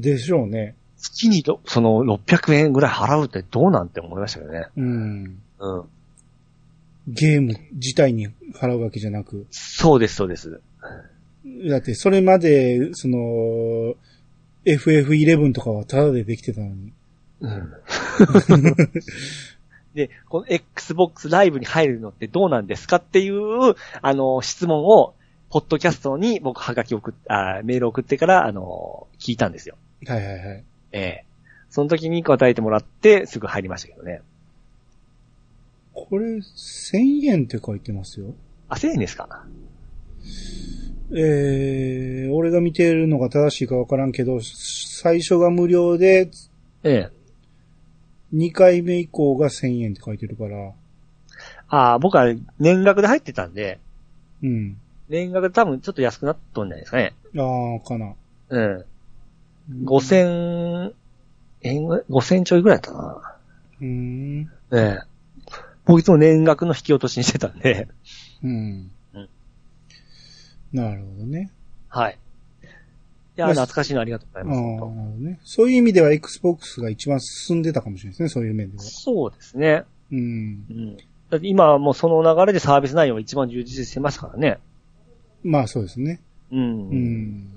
Speaker 1: でしょうね。
Speaker 2: 月にどその600円ぐらい払うってどうなんて思いましたけどね。
Speaker 1: うん。
Speaker 2: うん。
Speaker 1: ゲーム自体に払うわけじゃなく。
Speaker 2: そうです、そうです。
Speaker 1: だって、それまで、その、FF11 とかはタダでできてたのに。
Speaker 2: うん。 で、この Xbox ライブに入るのってどうなんですかっていう、あの、質問を、ポッドキャストに僕、はがき送っあー、メール送ってから、あの、聞いたんですよ。
Speaker 1: はいはいはい。
Speaker 2: ええその時に答えてもらって、すぐ入りましたけどね。
Speaker 1: これ、1000円って書いてますよ。
Speaker 2: あ、1000円ですか
Speaker 1: えー、俺が見てるのが正しいかわからんけど、最初が無料で、
Speaker 2: ええ。
Speaker 1: 2回目以降が1000円って書いてるから、
Speaker 2: ああ、僕は年額で入ってたんで、
Speaker 1: うん。
Speaker 2: 年額で多分ちょっと安くなっとんじゃないですかね。
Speaker 1: あー、かな。
Speaker 2: うん。5000円ぐ、5000ちょいぐらいだったかな。
Speaker 1: うーん。
Speaker 2: ええ。僕いつも年額の引き落としにしてたんで。
Speaker 1: うん
Speaker 2: うん。
Speaker 1: なるほどね。
Speaker 2: はい。いや、
Speaker 1: まあ
Speaker 2: 懐かしいのありがとうござ
Speaker 1: あ
Speaker 2: い
Speaker 1: ー
Speaker 2: ま
Speaker 1: な
Speaker 2: す
Speaker 1: る
Speaker 2: 本
Speaker 1: ほどね。そういう意味では Xbox が一番進んでたかもしれないですね、そういう面で
Speaker 2: 当。
Speaker 1: は。
Speaker 2: そうですね。
Speaker 1: うん。
Speaker 2: うん。だって今はもうその流れでサービス内容が一番充実してますからね。
Speaker 1: まあそうですね。
Speaker 2: うん。
Speaker 1: うん。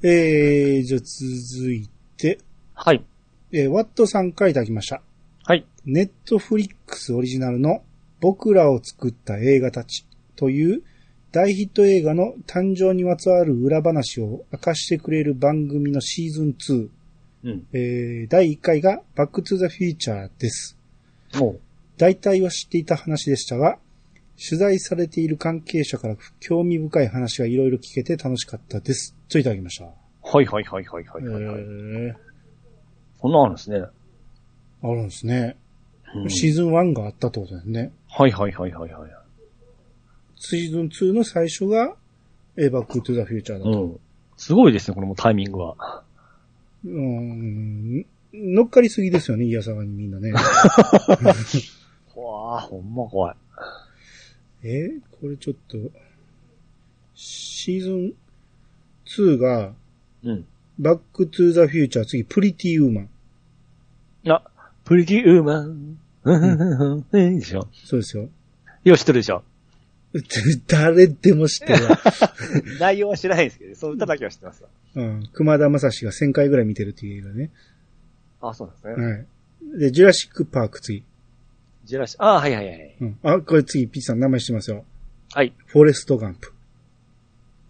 Speaker 1: えー、じゃあ続いて、
Speaker 2: はい。
Speaker 1: えー、ワットさんからいただきました。
Speaker 2: はい。
Speaker 1: ネットフリックスオリジナルの僕らを作った映画たちという大ヒット映画の誕生にまつわる裏話を明かしてくれる番組のシーズン2、
Speaker 2: うん。
Speaker 1: えー第1回がバックトゥザフューチャーです。
Speaker 2: もう。
Speaker 1: 大体は知っていた話でしたが、取材されている関係者から興味深い話がいろいろ聞けて楽しかったです。といただきました。
Speaker 2: はいはいはいはいはいはい、はい
Speaker 1: えー
Speaker 2: こんなんあるんですね。
Speaker 1: あるんですね。
Speaker 2: うん
Speaker 1: シーズン1があったってことですね。
Speaker 2: はいはいはいはいはい。
Speaker 1: シーズン2の最初が、えーバックトゥザフューチャーだ
Speaker 2: う
Speaker 1: と。
Speaker 2: ん。すごいですね、これもうタイミングは。
Speaker 1: うーん、乗っかりすぎですよね、イ ヤサガにみんなね。
Speaker 2: わあ、ほんま怖い。
Speaker 1: えこれちょっと、シーズン2が、
Speaker 2: うん。
Speaker 1: バックトゥーザフューチャー、次、プリティウーマン。
Speaker 2: あ、プリティウーマン。うん。いいでしょ。
Speaker 1: そうですよ。
Speaker 2: よう知ってるでしょ。
Speaker 1: 誰でも知ってる わ。
Speaker 2: 内容は知らないですけど、その歌だけは知ってますわ。
Speaker 1: うん。熊田正史が1000回ぐらい見てるっていう映画ね。
Speaker 2: あ、そうなんですね。
Speaker 1: はい。で、ジュラシックパーク次。
Speaker 2: ジェラシー。あ、はいはいはい。
Speaker 1: うん。あ、これ次、ピッチさん名前知ってますよ。
Speaker 2: はい。
Speaker 1: フォレストガンプ。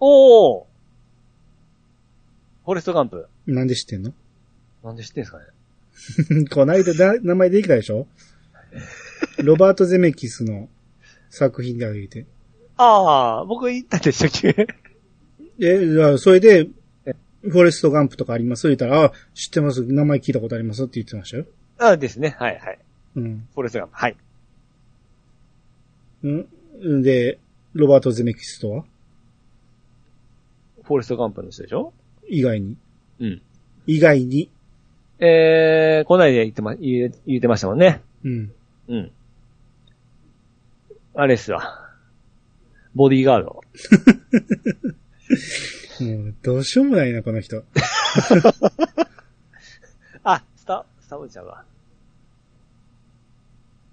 Speaker 2: おーフォレストガンプ。
Speaker 1: なんで知ってんの
Speaker 2: なんで知ってんすかね。
Speaker 1: こないだだ名前できたで しょロバート・ゼメキスの作品であげて。
Speaker 2: ああ、僕行ったんでしたっけ
Speaker 1: え、じゃあそれで、
Speaker 2: え
Speaker 1: フォレストガンプとかあります言ったら、あ、知ってます。名前聞いたことありますって言ってましたよ。
Speaker 2: あですね。はいはい。
Speaker 1: うん。
Speaker 2: フォレストガンプ。はい。
Speaker 1: うん。で、ロバート・ゼメキスとは
Speaker 2: フォレストガンプの人でしょ
Speaker 1: 以外に。
Speaker 2: うん。
Speaker 1: 以外に。
Speaker 2: えー、こないで言ってま、言え言ってましたもんね。
Speaker 1: うん。
Speaker 2: うん。あれっすわ。ボディーガード。
Speaker 1: もう、どうしようもないな、この人。
Speaker 2: あ、スタ、スタブちゃんが。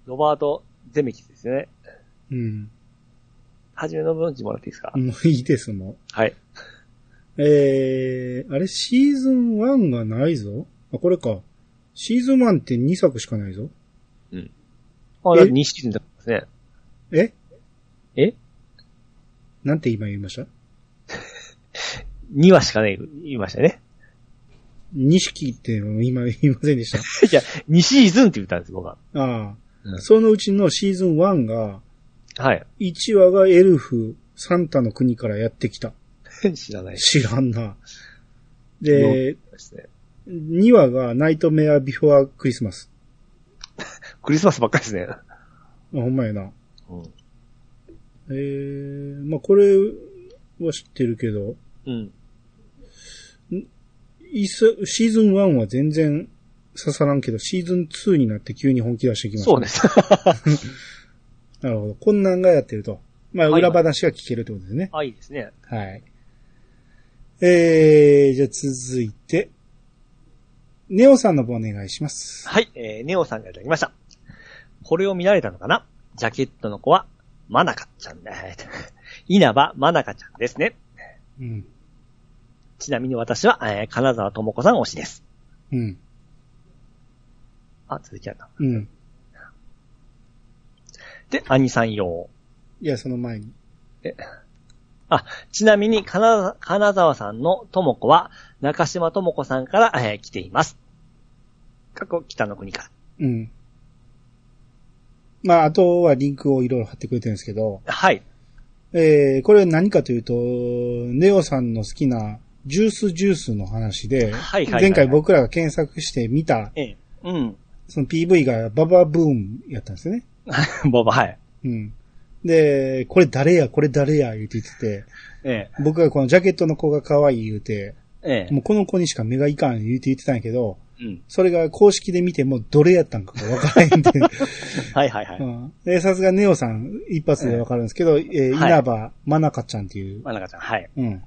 Speaker 2: ロバート・ゼミキスですね。
Speaker 1: うん。
Speaker 2: はじめの文字もらっていいですか、
Speaker 1: もういいです、もう。
Speaker 2: はい。
Speaker 1: えー、あれ、シーズン1がないぞあ、これか。シーズン1って2作しかないぞ。
Speaker 2: あ、
Speaker 1: え
Speaker 2: だって2シーズンだったんですね。
Speaker 1: え
Speaker 2: え
Speaker 1: なんて今言いました
Speaker 2: ?2 話しかね、言いましたね。
Speaker 1: 錦って今 言いませんでした。
Speaker 2: いや、2シーズンって言ったんです、僕は。
Speaker 1: ああ、
Speaker 2: うん
Speaker 1: そのうちのシーズン1が、
Speaker 2: はい。
Speaker 1: 1話がエルフ、サンタの国からやってきた。
Speaker 2: 知らないし。
Speaker 1: 知らんな。で、
Speaker 2: ですね。
Speaker 1: 2話がナイトメアビフォアクリスマス。
Speaker 2: クリスマスばっかりですね。
Speaker 1: あ、ほんまやな。
Speaker 2: うん。
Speaker 1: えー、まあこれは知ってるけど、
Speaker 2: うん。
Speaker 1: いすシーズン1は全然刺さらんけど、シーズン2になって急に本気出してきました。
Speaker 2: そうです。
Speaker 1: なるほど。こんなんがやってると。まあ、
Speaker 2: はい
Speaker 1: 裏話が聞けるってことですね。
Speaker 2: あ、いいですね。
Speaker 1: はい。えー、じゃあ続いて、ネオさんの方お願いします。
Speaker 2: はい、えー、ネオさんがいただきました。これを見られたのかなジャケットの子は、マナカちゃんだ。 稲葉マナカちゃんですね。
Speaker 1: うん。
Speaker 2: ちなみに私は、えー、金沢智子さん推しです。
Speaker 1: うん。
Speaker 2: あ、続きあった。
Speaker 1: うん。
Speaker 2: で、兄さん用。
Speaker 1: いや、その前に。
Speaker 2: ちなみに、金金沢さんの智子は、中島智子さんから、えー来ています。過去、北の国か
Speaker 1: うん。まあ、あとはリンクをいろいろ貼ってくれてるんですけど、
Speaker 2: ら。はい。
Speaker 1: えー、これ何かというと、ネオさんの好きなジュースジュースの話で、
Speaker 2: はいはいはいはい
Speaker 1: 前回僕らが検索して見た、
Speaker 2: ええ。うん。
Speaker 1: その PV がババブーンやったんですよね。
Speaker 2: ボバ、はい。
Speaker 1: うん。で、これ誰や、これ誰や、言うて言ってて、
Speaker 2: え
Speaker 1: 僕がこのジャケットの子が可愛い言うて、
Speaker 2: え。え
Speaker 1: もうこの子にしか目がいかん言うて言ってたんやけど、
Speaker 2: え。うん。
Speaker 1: それが公式で見てもうどれやったんかがわからへんで、
Speaker 2: はいはいは
Speaker 1: う
Speaker 2: い。
Speaker 1: ん。で、さすがネオさん一発でわかるんですけど、えー、
Speaker 2: はい
Speaker 1: 稲葉真中ちゃんっていう
Speaker 2: マナカちゃん、はい。
Speaker 1: うん。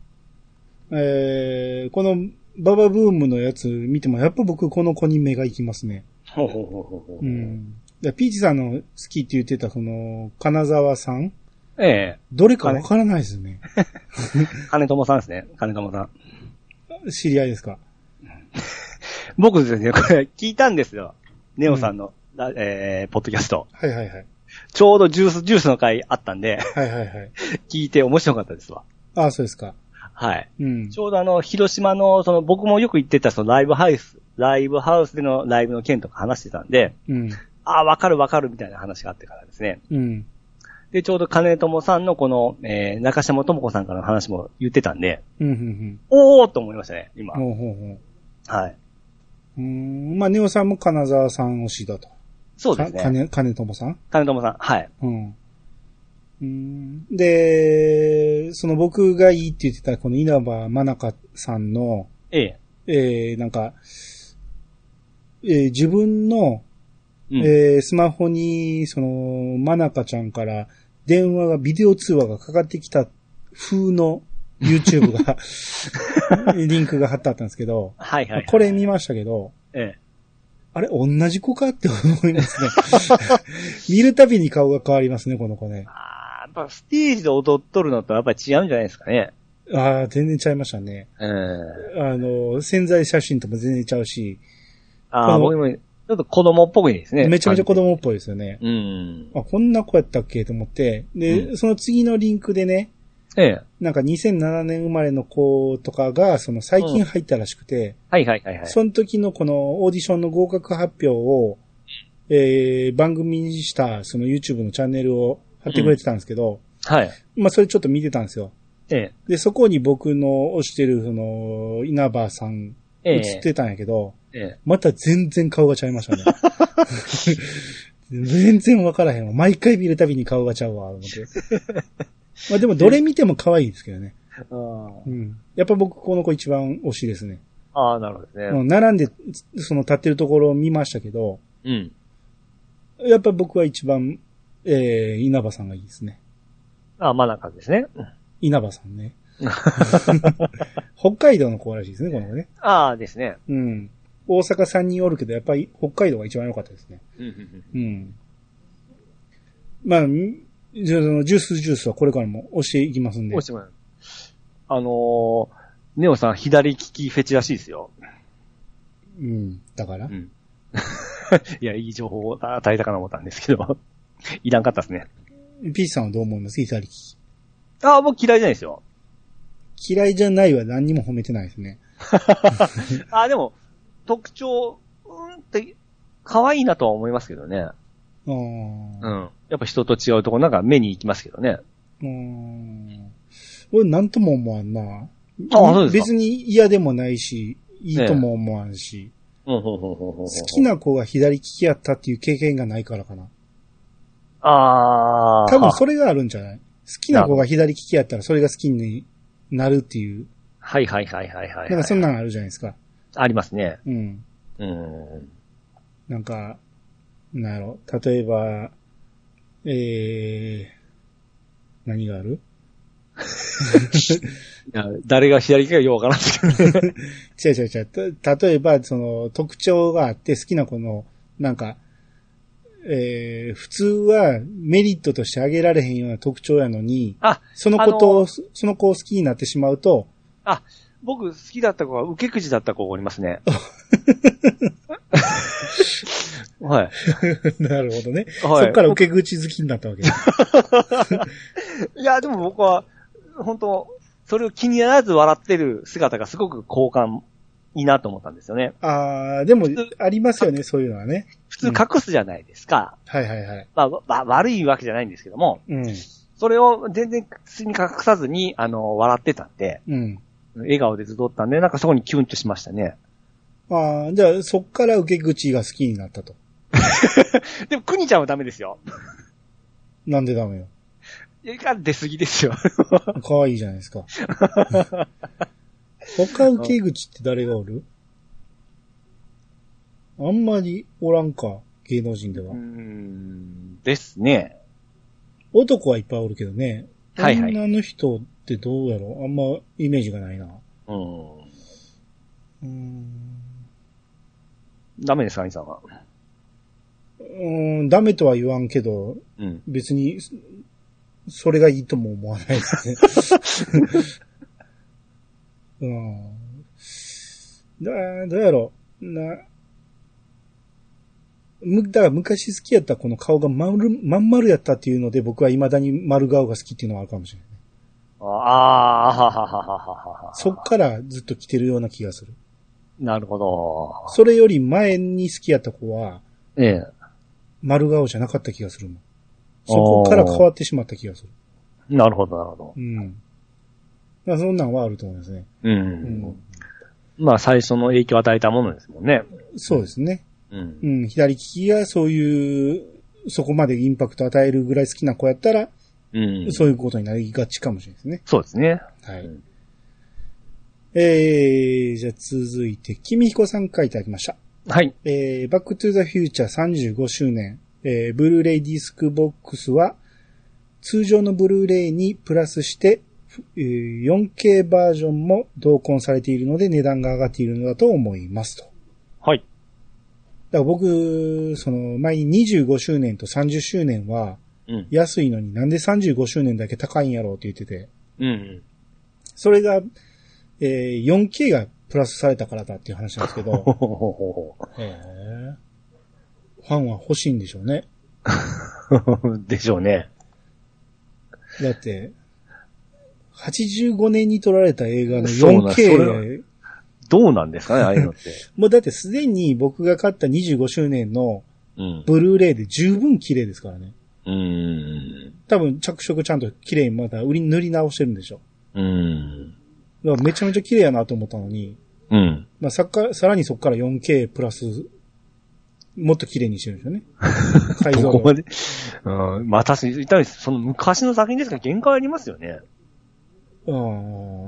Speaker 1: えー、このババブームのやつ見ても、やっぱ僕この子に目が行きますね。
Speaker 2: ほうほうほうほうほう。
Speaker 1: うん。だからピーチさんの好きって言ってた、その、金沢さん
Speaker 2: ええ。
Speaker 1: どれかわからないですね。
Speaker 2: 金友さんですね。金友さん。
Speaker 1: 知り合いですか。
Speaker 2: 僕ですね、これ聞いたんですよ。ネオさんの、だえー、ポッドキャスト。
Speaker 1: はいはいはい。
Speaker 2: ちょうどジュース、ジュースの回あったんで、
Speaker 1: はいはいはい。
Speaker 2: 聞いて面白かったですわ。
Speaker 1: ああ、そうですか。
Speaker 2: はい。
Speaker 1: うん
Speaker 2: ち。ょうどあの、広島の、その、僕もよく行ってた、そのライブハウス、ライブハウスでのライブの件とか話してたんで、
Speaker 1: うん。
Speaker 2: ああ、わかるわかるみたいな話があってからですね。
Speaker 1: うん。
Speaker 2: で、ちょうど金友さんのこの、えー、中島智子さんからの話も言ってたんで、
Speaker 1: うん、うん、うん。
Speaker 2: おーっと思いましたね、今。
Speaker 1: ほうほうほう。
Speaker 2: はい。
Speaker 1: うーん。まあ、ネオさんも金沢さん推しだと。
Speaker 2: そうですね。
Speaker 1: 金、金友さん
Speaker 2: 金友さん、はい。
Speaker 1: うんうん。で、その僕がいいって言ってたこの稲葉真中さんの、
Speaker 2: ええ。
Speaker 1: えー、なんか、えー自分の、
Speaker 2: うん
Speaker 1: えースマホに、その、真中ちゃんから電話が、ビデオ通話がかかってきた風 の YouTube が、リンクが貼ってあったんですけど、
Speaker 2: はいはいはい。
Speaker 1: これ見ましたけど、
Speaker 2: ええ。
Speaker 1: あれ、同じ子かって思いますね。 見るたびに顔が変わりますね、この子ね。
Speaker 2: ああ、やっぱステージで踊っとるのとやっぱり違うんじゃないですかね。
Speaker 1: ああ、全然ちゃいましたね。
Speaker 2: うん。
Speaker 1: あの、潜在写真とも全然ちゃうし、
Speaker 2: ああ、
Speaker 1: こ
Speaker 2: 僕も、ちょっと子供っぽいですね。
Speaker 1: めちゃめちゃ子供っぽいですよね。
Speaker 2: 感じ。うん。
Speaker 1: あ、こんな子やったっけと思って、で、
Speaker 2: う
Speaker 1: その次のリンクでね、
Speaker 2: ええ。
Speaker 1: なんか2007年生まれの子とかが、その最近入ったらしくて、
Speaker 2: はいはいはいはい。
Speaker 1: その時のこのオーディションの合格発表を、えー、番組にした、その YouTube のチャンネルを貼ってくれてたんですけど、
Speaker 2: はい。
Speaker 1: まあそれちょっと見てたんですよ。
Speaker 2: ええ。
Speaker 1: で、そこに僕の推してる、その、稲葉さん
Speaker 2: ええ。
Speaker 1: 映ってたんやけど、
Speaker 2: ええ。
Speaker 1: また全然顔がちゃいましたね。 全然わからへんわ。毎回見るたびに顔がちゃうわ、思って。まあでも、どれ見ても可愛いですけどね。うん。やっぱ僕、この子一番推しですね。
Speaker 2: ああ、なるほどです
Speaker 1: う
Speaker 2: ね。
Speaker 1: ん並んで、その立ってるところを見ましたけど、
Speaker 2: うん。
Speaker 1: やっぱ僕は一番、えー、稲葉さんがいいですね。
Speaker 2: ああ、まあなんかですね。うん
Speaker 1: 稲葉さんね。北海道の子らしいですね、この子ね。
Speaker 2: ああ、ですね。
Speaker 1: うん。大阪3人おるけど、やっぱり北海道が一番良かったですね。
Speaker 2: うんうんうん
Speaker 1: うん。まあ、んじゃあそのジュースジュースはこれからも押していきますんで
Speaker 2: お。しまいあのー、ネオさん左利きフェチらしいですよ。
Speaker 1: うん。だから、
Speaker 2: ん。 いや、いい情報を与えたかな思ったんですけど。 いらんかったですね。
Speaker 1: ピーチさんはどう思います左利
Speaker 2: ああ、僕嫌いじゃないです よ。
Speaker 1: き。嫌いじゃないは何にも褒めてないですね。
Speaker 2: ああ、でも、特徴、うんって、可愛いなとは思いますけどね。
Speaker 1: あ
Speaker 2: う
Speaker 1: ー
Speaker 2: ん。やっぱ人と違うところなんか目に行きますけどね。
Speaker 1: うん。俺なんとも思わんな。
Speaker 2: あそうですか
Speaker 1: 別に嫌でもないし、いいとも思わんし、
Speaker 2: うん、ほうほうほうほう。
Speaker 1: 好き。な子が左利きやったっていう経験がないからかな。
Speaker 2: ああ。
Speaker 1: 多分それがあるんじゃない好きな子が左利きやったらそれが好きになるっていう。
Speaker 2: はいはいはいはいはい、はい。
Speaker 1: なんかそんなんあるじゃないですか。
Speaker 2: ありますね。
Speaker 1: うん。
Speaker 2: うん。
Speaker 1: なんか、なんやろ、例えば、えー、何がある
Speaker 2: いや誰が左利きかようわからん ですけどね。
Speaker 1: 違う違う違う。た例えば、その、特徴があって好きな子の、なんか、えー、普通はメリットとして挙げられへんような特徴やのに、
Speaker 2: あ、
Speaker 1: そのことを、その子を好きになってしまうと、
Speaker 2: 僕好きだった子は受け口だった子がおります ね。はい。
Speaker 1: なるほどね。
Speaker 2: はい
Speaker 1: そっから受け口好きにな ったわけ。
Speaker 2: いや、でも僕は、本当それを気にならず笑ってる姿がすごく好感いいなと思ったんですよね。
Speaker 1: あー、でも、ありますよね、そういうのはね。
Speaker 2: 普通隠すじゃないですか。
Speaker 1: はいはいはい。
Speaker 2: まあ、わ悪いわけじゃないんですけども、
Speaker 1: うん。
Speaker 2: それを全然普通に隠さずに、あの、笑ってたんで、
Speaker 1: うん。
Speaker 2: 笑顔でずっとおったんで、なんかそこにキュンとしましたね。
Speaker 1: ああ、じゃあそっから受け口が好きになったと。
Speaker 2: でも、くにちゃんはダメですよ。
Speaker 1: なんでダメよ。
Speaker 2: いや、いかん出過ぎですよ。
Speaker 1: 可愛いじゃない ですか。他受け口って誰がおるあんまりおらんか、芸能人では。
Speaker 2: ん、ですね。
Speaker 1: 男はいっぱいおるけどね。
Speaker 2: はいはい
Speaker 1: 女の人ってどうやろうあんまイメージがないな。
Speaker 2: うん。
Speaker 1: うーん。
Speaker 2: ダメです、兄さんは。
Speaker 1: うーん、ダメとは言わんけど、
Speaker 2: うん。
Speaker 1: 別に、そそれがいいとも思わないですね。 うん。だ、どうやろう。な、む、だから昔好きやったこの顔がまる、まん丸やったっていうので僕は未だに丸顔が好きっていうのはあるかもしれない。
Speaker 2: ああ、ははははは。
Speaker 1: そっからずっと来てるような気がする。
Speaker 2: なるほど。
Speaker 1: それより前に好きやった子は
Speaker 2: ええ。
Speaker 1: 丸顔じゃなかった気がするもん。そこから変わってしまった気がする。
Speaker 2: なるほど、なるほど。
Speaker 1: うん。だからそんなんはあると思いますね。
Speaker 2: うん。
Speaker 1: うん
Speaker 2: まあ、最初の影響を与えたものですもんね。
Speaker 1: そうですね。
Speaker 2: う。
Speaker 1: うんん、左利きがそういう、そこまでインパクト与えるぐらい好きな子やったら、
Speaker 2: うん。
Speaker 1: そういうことになりがちかもしれないですね。
Speaker 2: そうですね。
Speaker 1: はい。
Speaker 2: うん
Speaker 1: えー、じゃあ続いて、君彦さんからいただきました。
Speaker 2: はい。
Speaker 1: えー、バックトゥーザフューチャー35周年、えー、ブルーレイディスクボックスは、通常のブルーレイにプラスして、えー 4K バージョンも同梱されているので値段が上がっているのだと思いますと。
Speaker 2: はい。
Speaker 1: だから僕、その前に25周年と30周年は
Speaker 2: うん。
Speaker 1: 安いのになんで35周年だけ高いんやろうって言ってて、
Speaker 2: うん。
Speaker 1: それが、えー 4K がプラスされたからだっていう話なんですけ
Speaker 2: ほ
Speaker 1: ど、
Speaker 2: ほほほ
Speaker 1: へーファンは欲しいんでしょうね。
Speaker 2: ほ。 でしょうね。
Speaker 1: だって、85年に撮られた映画の
Speaker 2: そうなんそれ
Speaker 1: 4K、
Speaker 2: どうなんですかね、ああいうのって。
Speaker 1: もうだってすでに僕が買った25周年の
Speaker 2: うん。
Speaker 1: ブルーレイで十分綺麗ですからね。
Speaker 2: うん。
Speaker 1: 多分着色ちゃんと綺麗にまだ売り塗り直してるんでしょ。
Speaker 2: うん。
Speaker 1: だからめちゃめちゃ綺麗やなと思ったのに、
Speaker 2: うん。
Speaker 1: まあ、さっかさらにそこから 4K プラス、もっと綺麗にしてるんですよ ね。改
Speaker 2: ど
Speaker 1: 造
Speaker 2: こ
Speaker 1: を
Speaker 2: まで。うん。まあ確かに、言ったようにその昔の作品ですから限界ありますよね。
Speaker 1: あ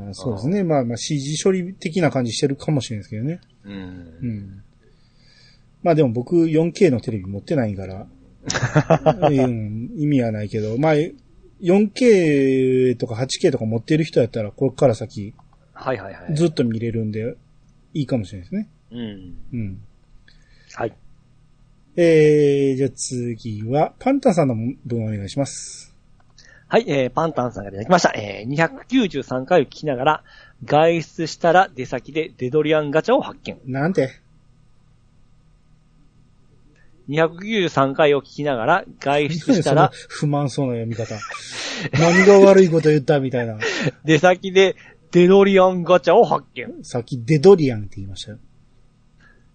Speaker 1: あそうですね。まあまあ CG 処理的な感じしてるかもしれないですけどね。
Speaker 2: う。
Speaker 1: うんん。まあでも僕 4K のテレビ持ってない から、うん、意味はないけど、まあ 4K とか 8K とか持ってる人やったら、これから先
Speaker 2: はいはいはい。
Speaker 1: ずっと見れるんで、いいかもしれないですね。
Speaker 2: うん。
Speaker 1: うん。
Speaker 2: はい。
Speaker 1: えー、じゃあ次は、パンタンさんの分お願いします。
Speaker 2: はい、えー、パンタンさんがいただきました。えー、293回を聞きながら、外出したら出先でデドリアンガチャを発見。
Speaker 1: なんて、
Speaker 2: 293回を聞きながら、外出したら
Speaker 1: 不満そうな読み方。 何が悪いこと言ったみたいな。
Speaker 2: 出先でデドリアンガチャを発見。
Speaker 1: さっきデドリアンって言いましたよ。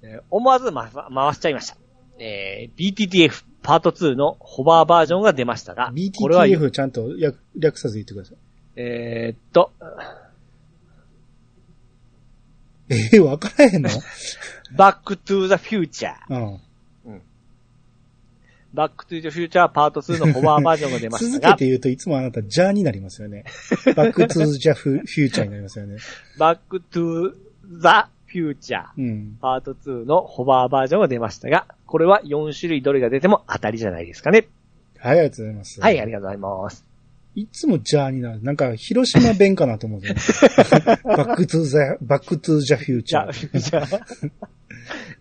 Speaker 2: えー思わず、ま、回しちゃいました。えー、BTTF パート2のホバーバージョンが出ましたが、これは、
Speaker 1: BTTF ちゃんと略略さず言ってください。
Speaker 2: えー、っと、
Speaker 1: ええわから へんの
Speaker 2: バックトゥーザフューチャー。
Speaker 1: うん。
Speaker 2: バックトゥーザフューチャーパート2のホバーバージョンが出ました
Speaker 1: 続
Speaker 2: が
Speaker 1: け、て言うといつもあなた、ジャーになりますよ ね。バックトゥージャフ、フューチャーになりますよね。
Speaker 2: バックトゥーザフューチャー。
Speaker 1: うん。
Speaker 2: パート2のホバーバージョンが出ましたが、これは4種類どれが出ても当たりじゃないですかね。
Speaker 1: はい、ありがとうございます。
Speaker 2: はい、ありがとうございます。
Speaker 1: いつもジャーになる。なんか、広島弁かなと 思うけど。バックトゥーザ、バックトゥージャフュー
Speaker 2: じ
Speaker 1: チャ
Speaker 2: ゃあ、
Speaker 1: ー。
Speaker 2: じゃあ、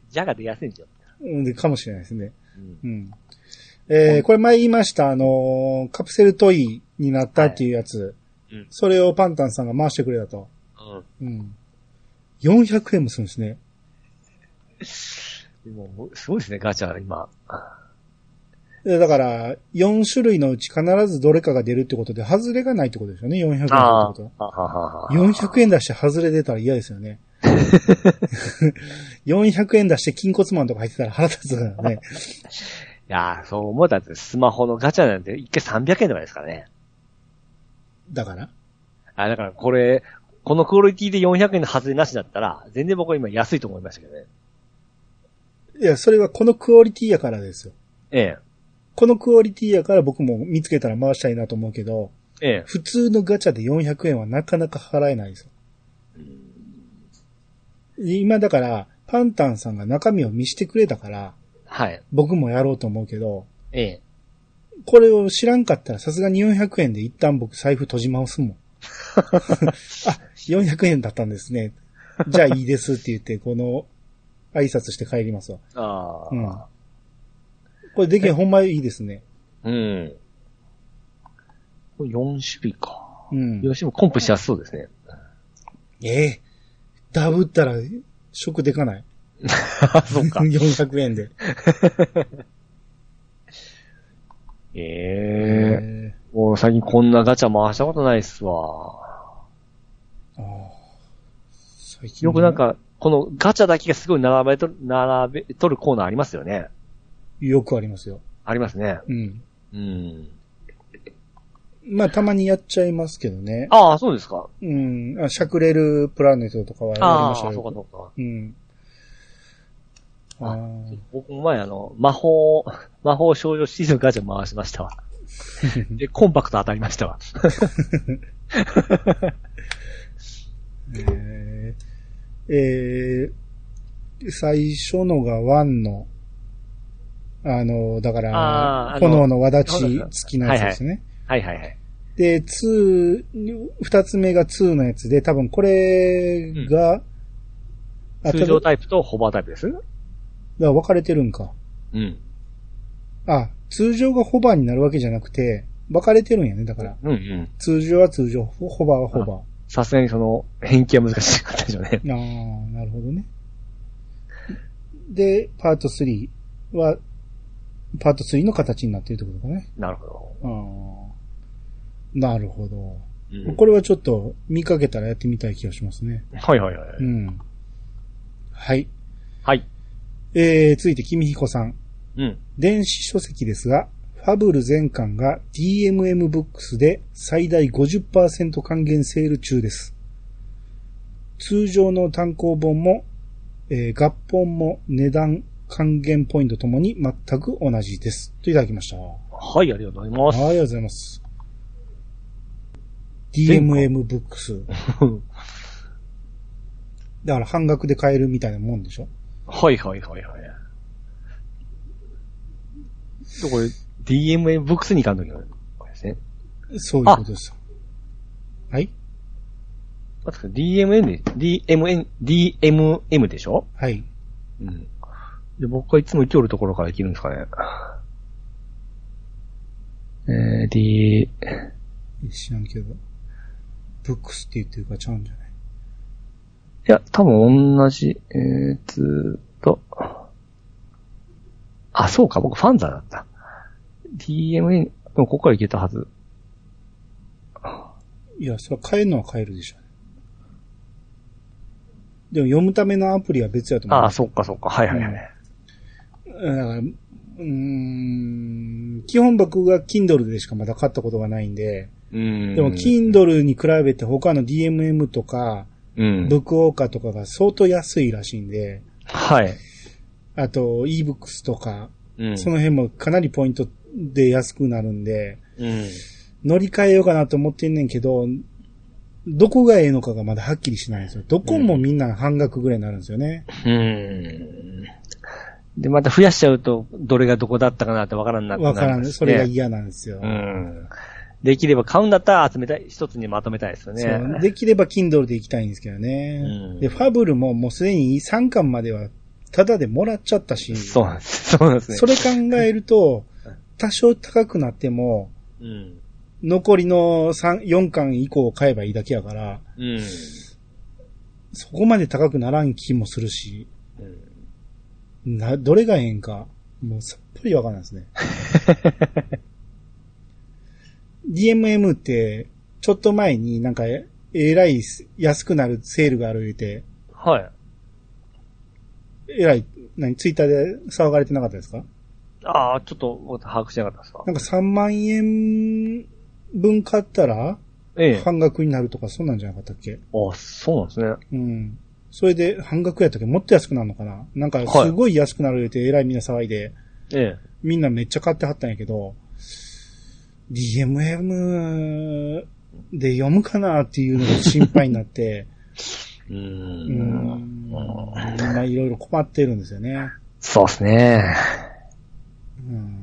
Speaker 2: じゃが出やすいんですよ。
Speaker 1: うんで、かもしれないですね。
Speaker 2: うん
Speaker 1: うん。えー、これ前言いました、あのーカプセルトイになったっていうやつ。
Speaker 2: いうん
Speaker 1: それをパンタンさんが回してくれたと。うん。400円もするんですね。
Speaker 2: でもすごいですね、ガチャ、今。
Speaker 1: でだから、4種類のうち必ずどれかが出るってことで、外れがないってことですよね、400円ってこ
Speaker 2: あ
Speaker 1: とは。
Speaker 2: あ。
Speaker 1: 400円出して外れ出たら嫌ですよ ね。400円出して金骨マンとか入ってたら腹立つからね。
Speaker 2: いやーそう思ったら、スマホのガチャなんて一回300円とかですからね。
Speaker 1: だから。
Speaker 2: あ、だからこれ、このクオリティで400円の外れなしだったら、全然僕は今安いと思いましたけどね。
Speaker 1: いや、それはこのクオリティやからですよ。
Speaker 2: ええ。
Speaker 1: このクオリティやから僕も見つけたら回したいなと思うけど、
Speaker 2: ええ。
Speaker 1: 普通のガチャで400円はなかなか払えないですよ。今だから、パンタンさんが中身を見してくれたから、
Speaker 2: はい。
Speaker 1: 僕もやろうと思うけど、
Speaker 2: ええ。
Speaker 1: これを知らんかったらさすがに400円で一旦僕財布閉じ回す もん。あ、400円だったんですね。じゃあいいですって言って、この挨拶して帰りますわ。
Speaker 2: あ
Speaker 1: うん
Speaker 2: あ。。
Speaker 1: これでけんほんまいいですね。
Speaker 2: うん。これ4種類か。
Speaker 1: うん。
Speaker 2: 4種類コンプしやすそうですね。
Speaker 1: ええダブったら、食でかない。
Speaker 2: そ うか。
Speaker 1: 400円で。
Speaker 2: ええ
Speaker 1: ええ
Speaker 2: もう最近こんなガチャ回したことないっすわ。
Speaker 1: ああ最近
Speaker 2: よくなん、か、このガチャだけがすごい並べとる、並べとるコーナーありますよね。
Speaker 1: よくありますよ。
Speaker 2: ありますね。
Speaker 1: うん。
Speaker 2: うん。
Speaker 1: まあ、たまにやっちゃいますけどね。
Speaker 2: ああ、そうですか。
Speaker 1: うん。あシャクレルプラネットとかはやり
Speaker 2: あ
Speaker 1: ま
Speaker 2: あ、
Speaker 1: し
Speaker 2: そ
Speaker 1: た
Speaker 2: うか
Speaker 1: よ。
Speaker 2: そうか。
Speaker 1: うん。ああー
Speaker 2: 僕も前あの、魔法、 魔法少女シリーズのガチャ回しました わ。で、コンパクト当たりましたわ。
Speaker 1: えーえー最初のがワンの、あの、だか
Speaker 2: あー
Speaker 1: ら、
Speaker 2: あの
Speaker 1: 炎のわだち
Speaker 2: そうだそうだ
Speaker 1: 付きのやつですね。
Speaker 2: はいはいはい。
Speaker 1: で、2、二つ目が2のやつで、多分これが、あ、
Speaker 2: 通
Speaker 1: 多
Speaker 2: 常
Speaker 1: 分、だか
Speaker 2: タイプとホバータイプです。
Speaker 1: ら分かれてるんか。
Speaker 2: うん。
Speaker 1: あ、通常がホバーになるわけじゃなくて、分かれてるんやね、だから。
Speaker 2: うんうん。
Speaker 1: 通常は通常、ホホバーはホバー。
Speaker 2: さすがにその、変形は難しかったでしょうね。
Speaker 1: ああ、なるほどね。で、パート3は、パート3の形になっているってことかね。
Speaker 2: なるほど。
Speaker 1: ああ。なるほど。
Speaker 2: うん
Speaker 1: これはちょっと見かけたらやってみたい気がしますね。
Speaker 2: はいはいは
Speaker 1: う
Speaker 2: い。
Speaker 1: ん。はい。
Speaker 2: はい。
Speaker 1: えー、続いて、君彦さん。
Speaker 2: うん。
Speaker 1: 電子書籍ですが、ファブル全巻が DMM ブックスで最大50%還元セール中です。通常の単行本も、えー合本も値段、還元ポイントともに全く同じです。といただきました。あ
Speaker 2: はい、ありがとうご
Speaker 1: り
Speaker 2: ざいま
Speaker 1: が
Speaker 2: す。
Speaker 1: とうございます。
Speaker 2: 全巻
Speaker 1: DMM ブックス。だから半額で買えるみたいなもんでしょ
Speaker 2: はいはいはいはい。と、これ、DMA ブックスに行かんときの、これですね。
Speaker 1: そういうことですよ。はい
Speaker 2: あ、確か DMN で、DMN、DMM でしょ
Speaker 1: はい。
Speaker 2: うん。で、僕はいつも行きおるところから行けるんですかね。えー、D、
Speaker 1: 知らんけど。ブックスって言ってるからちゃうんじゃない
Speaker 2: いや、多分同じ、えー、ずーっと。あ、そうか、僕ファンザだった。DMN、もうここから行けたはず。
Speaker 1: いや、それは買えるのは買えるでしょうね。でも読むためのアプリは別やと思う。
Speaker 2: ああ、そっかそっか、はいはいはい。
Speaker 1: だから、うーん、基本僕が Kindle でしかまだ買ったことがないんで、
Speaker 2: うん
Speaker 1: でも Kindle に比べて他の DMM とか、
Speaker 2: うん
Speaker 1: ブックオーカーとかが相当安いらしいんで、
Speaker 2: はい。
Speaker 1: あと ebooks とか、
Speaker 2: うん
Speaker 1: その辺もかなりポイントで安くなるんで、
Speaker 2: うん。
Speaker 1: 乗り換えようかなと思ってんねんけど、どこがええのかがまだはっきりしないんですよ。どこもみんな半額ぐらいになるんですよね。
Speaker 2: うん。で、また増やしちゃうと、どれがどこだったかなってわからんなくな
Speaker 1: わ
Speaker 2: り
Speaker 1: からん。
Speaker 2: ます
Speaker 1: それが嫌なんですよ。
Speaker 2: うん。できれば買うんだったら集めたい、一つにまとめたいですよね。
Speaker 1: そうできれば Kindle で行きたいんですけどね。
Speaker 2: うん
Speaker 1: で、ファブルももうすでに3巻まではタダでもらっちゃったし、
Speaker 2: そうなんです。そうなんですね。
Speaker 1: それ考えると、多少高くなっても、
Speaker 2: うん。
Speaker 1: 残りの三4巻以降を買えばいいだけやから、
Speaker 2: うん。
Speaker 1: そこまで高くならん気もするし、
Speaker 2: うん
Speaker 1: な、どれがええんか、もうさっぱりわかんないです ね。DMM って、ちょっと前になんか、ええらい安くなるセールがある言うて、
Speaker 2: はい。
Speaker 1: えらい、何、ツイッターで騒がれてなかったですか
Speaker 2: ああ、ちょっと、僕把握してなかったですか
Speaker 1: なんか3万円分買ったら
Speaker 2: ええ。
Speaker 1: 半額になるとかそんなんじゃなかったっけ
Speaker 2: あそうなんですね。
Speaker 1: うん。それで半額やったっけもっと安くなるのかななんかすごい安くなる言うて、えらいみんな騒いで、
Speaker 2: え
Speaker 1: みんなめっちゃ買ってはったんやけど、DMM で読むかなっていうのが心配になって、
Speaker 2: え。う。
Speaker 1: うんん。まあいろいろ困ってるんですよね。
Speaker 2: そうですね。
Speaker 1: うん。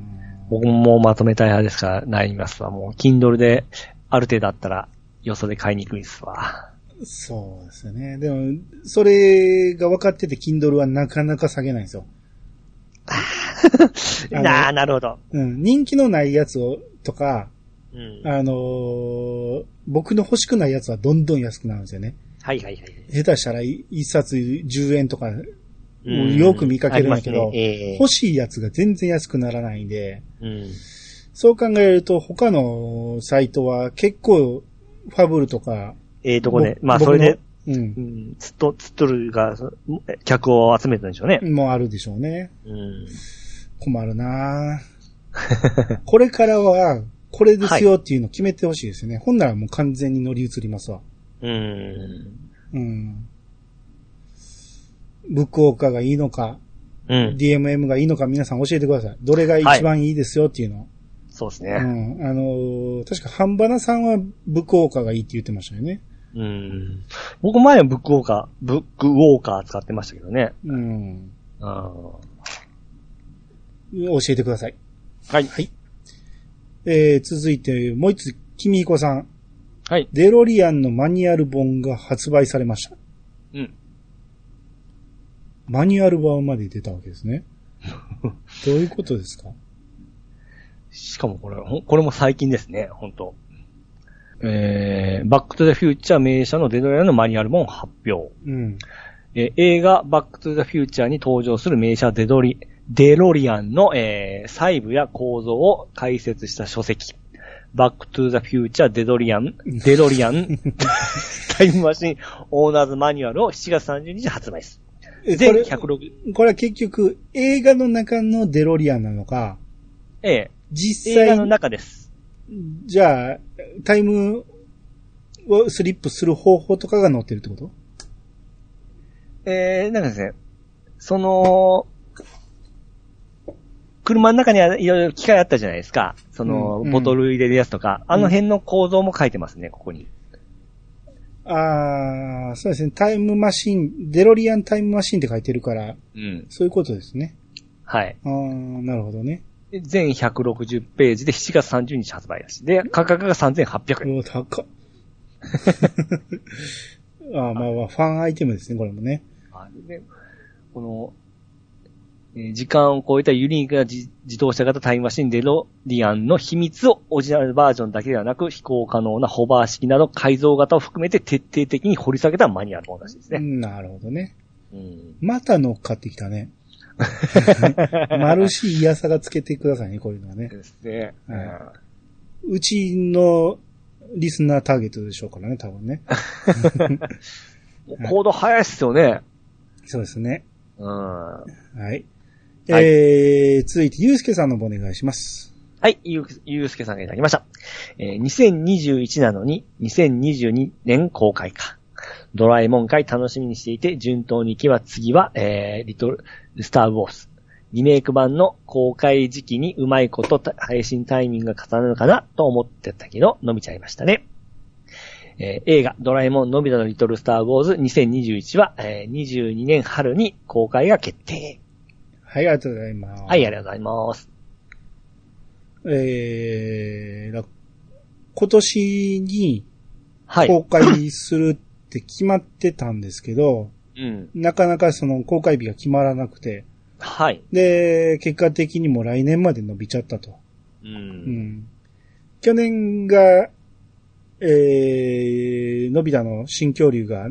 Speaker 2: 僕ももうまとめたい派ですから、なりますわ。もう、Kindle で、ある程度あったら、よそで買いにくいっすわ。
Speaker 1: そうですよね。でも、それが分かってて Kindle はなかなか下げないんですよ。あの
Speaker 2: なあ、なるほど。
Speaker 1: うん。人気のないやつを、とか、
Speaker 2: うん。はい
Speaker 1: あのー僕の欲しくないやつはどんどん安くなるんですよね。
Speaker 2: はいはい。
Speaker 1: 下手したらい一冊10円とかよく見かけるんだけど
Speaker 2: ありますねええ
Speaker 1: 欲しいやつが全然安くならないんで、
Speaker 2: うん。
Speaker 1: そう考えると他のサイトは結構ファブルとか、
Speaker 2: ええとこで、
Speaker 1: ぼ
Speaker 2: まあ、それで、、
Speaker 1: 僕の
Speaker 2: う、
Speaker 1: うん
Speaker 2: つっと、つっとるが、そ客を集めたんでしょうね。
Speaker 1: ん、もうあるでしょうね。
Speaker 2: うん。
Speaker 1: 困るな ぁこれからは、これですよっていうのを決めてほしいですよね。ほんならもう完全に乗り移りますわ。
Speaker 2: うん。
Speaker 1: うん。ブックオーカーがいいのか、
Speaker 2: うん。
Speaker 1: DMM がいいのか皆さん教えてください。どれが一番いいですよっていうの。
Speaker 2: そうです
Speaker 1: う
Speaker 2: ね。
Speaker 1: ん。あのー確か半ばなさんはブックオーカーがいいって言ってましたよね。
Speaker 2: うん。僕前はブックウォーカー、ブックウォーカー使ってましたけどね。
Speaker 1: うん。
Speaker 2: うん。は
Speaker 1: 教えてください。
Speaker 2: い。
Speaker 1: はい。えー、続いて、もう一つ、君彦さん。
Speaker 2: はい。
Speaker 1: デロリアンのマニュアル本が発売されました。
Speaker 2: うん。
Speaker 1: マニュアル版まで出たわけです ね。どういうことですか
Speaker 2: しかもこれ、ほんこれも最近ですね、本当えー、バックトゥザフューチャー名車のデドリアンのマニュアル本発表。
Speaker 1: うん。
Speaker 2: えー映画バックトゥザフューチャーに登場する名車デドリ、デロリアンの、えー細部や構造を解説した書籍。バックトゥザフューチャーデドリアン、デロリア ン、タイムマシンオーナーズマニュアルを7月30日発売です。
Speaker 1: えこ
Speaker 2: 全
Speaker 1: れ、
Speaker 2: 160、
Speaker 1: これは結局、映画の中のデロリアンなのか、
Speaker 2: えー
Speaker 1: 実
Speaker 2: 映画の
Speaker 1: 際、
Speaker 2: 中です。
Speaker 1: じゃあ、タイムをスリップする方法とかが載ってるってこと
Speaker 2: えー、なんかですね、その、車の中にはいろいろ機械あったじゃないですか。その、
Speaker 1: うんうん
Speaker 2: ボトル入れるやつとか、あの辺の構造も書いてますね、ここに。
Speaker 1: ああ、そうですね。タイムマシン、デロリアンタイムマシンって書いてるから、
Speaker 2: うん。
Speaker 1: そういうことですね。
Speaker 2: はい。
Speaker 1: ああ、なるほどね。
Speaker 2: で全160ページで7月30日発売だし。で、価格が3800円。
Speaker 1: おー高っ。 あーまあまあ、ファンアイテムですね、これもね。
Speaker 2: でこの、えー時間を超えたユニークな自自動車型タイムマシンデロリアンの秘密をオリジナルバージョンだけではなく、飛行可能なホバー式など改造型を含めて徹底的に掘り下げたマニュアル本らしいですね。
Speaker 1: なるほどね。
Speaker 2: うん。
Speaker 1: また乗っかってきた ね。マルシー嫌さがつけてくださいね、こういうのはね。
Speaker 2: ですね。
Speaker 1: うん
Speaker 2: うん
Speaker 1: うちのリスナーターゲットでしょうからね、多分ね。
Speaker 2: もう行動早いっすよね。
Speaker 1: そうですね。
Speaker 2: うん。は
Speaker 1: はい。
Speaker 2: はい
Speaker 1: えー、続いて、ゆうすけさんの方お願いします。
Speaker 2: い、ゆうゆうすけさんがいただきました。えー2021なのに、2022年公開か。ドラえもん会楽しみにしていて、順当に行けば次は、えー、リトル、スターウォーズ。リメイク版の公開時期にうまいことた配信タイミングが重なるのかなと思ってたけど、伸びちゃいましたね。えー映画、ドラえもんのび太のリトルスターウォーズ2021は、えー22年春に公開が決定。
Speaker 1: はい、ありがとうございます。
Speaker 2: はい、ありがとうございます。
Speaker 1: えー、ら今年に
Speaker 2: はい。
Speaker 1: 公開するって決まってたんですけど、
Speaker 2: うん。
Speaker 1: なかなかその公開日が決まらなくて、
Speaker 2: はい。
Speaker 1: で、結果的にもう来年まで伸びちゃったと。う
Speaker 2: う。
Speaker 1: んん。去年が、えー、のび太の新恐竜が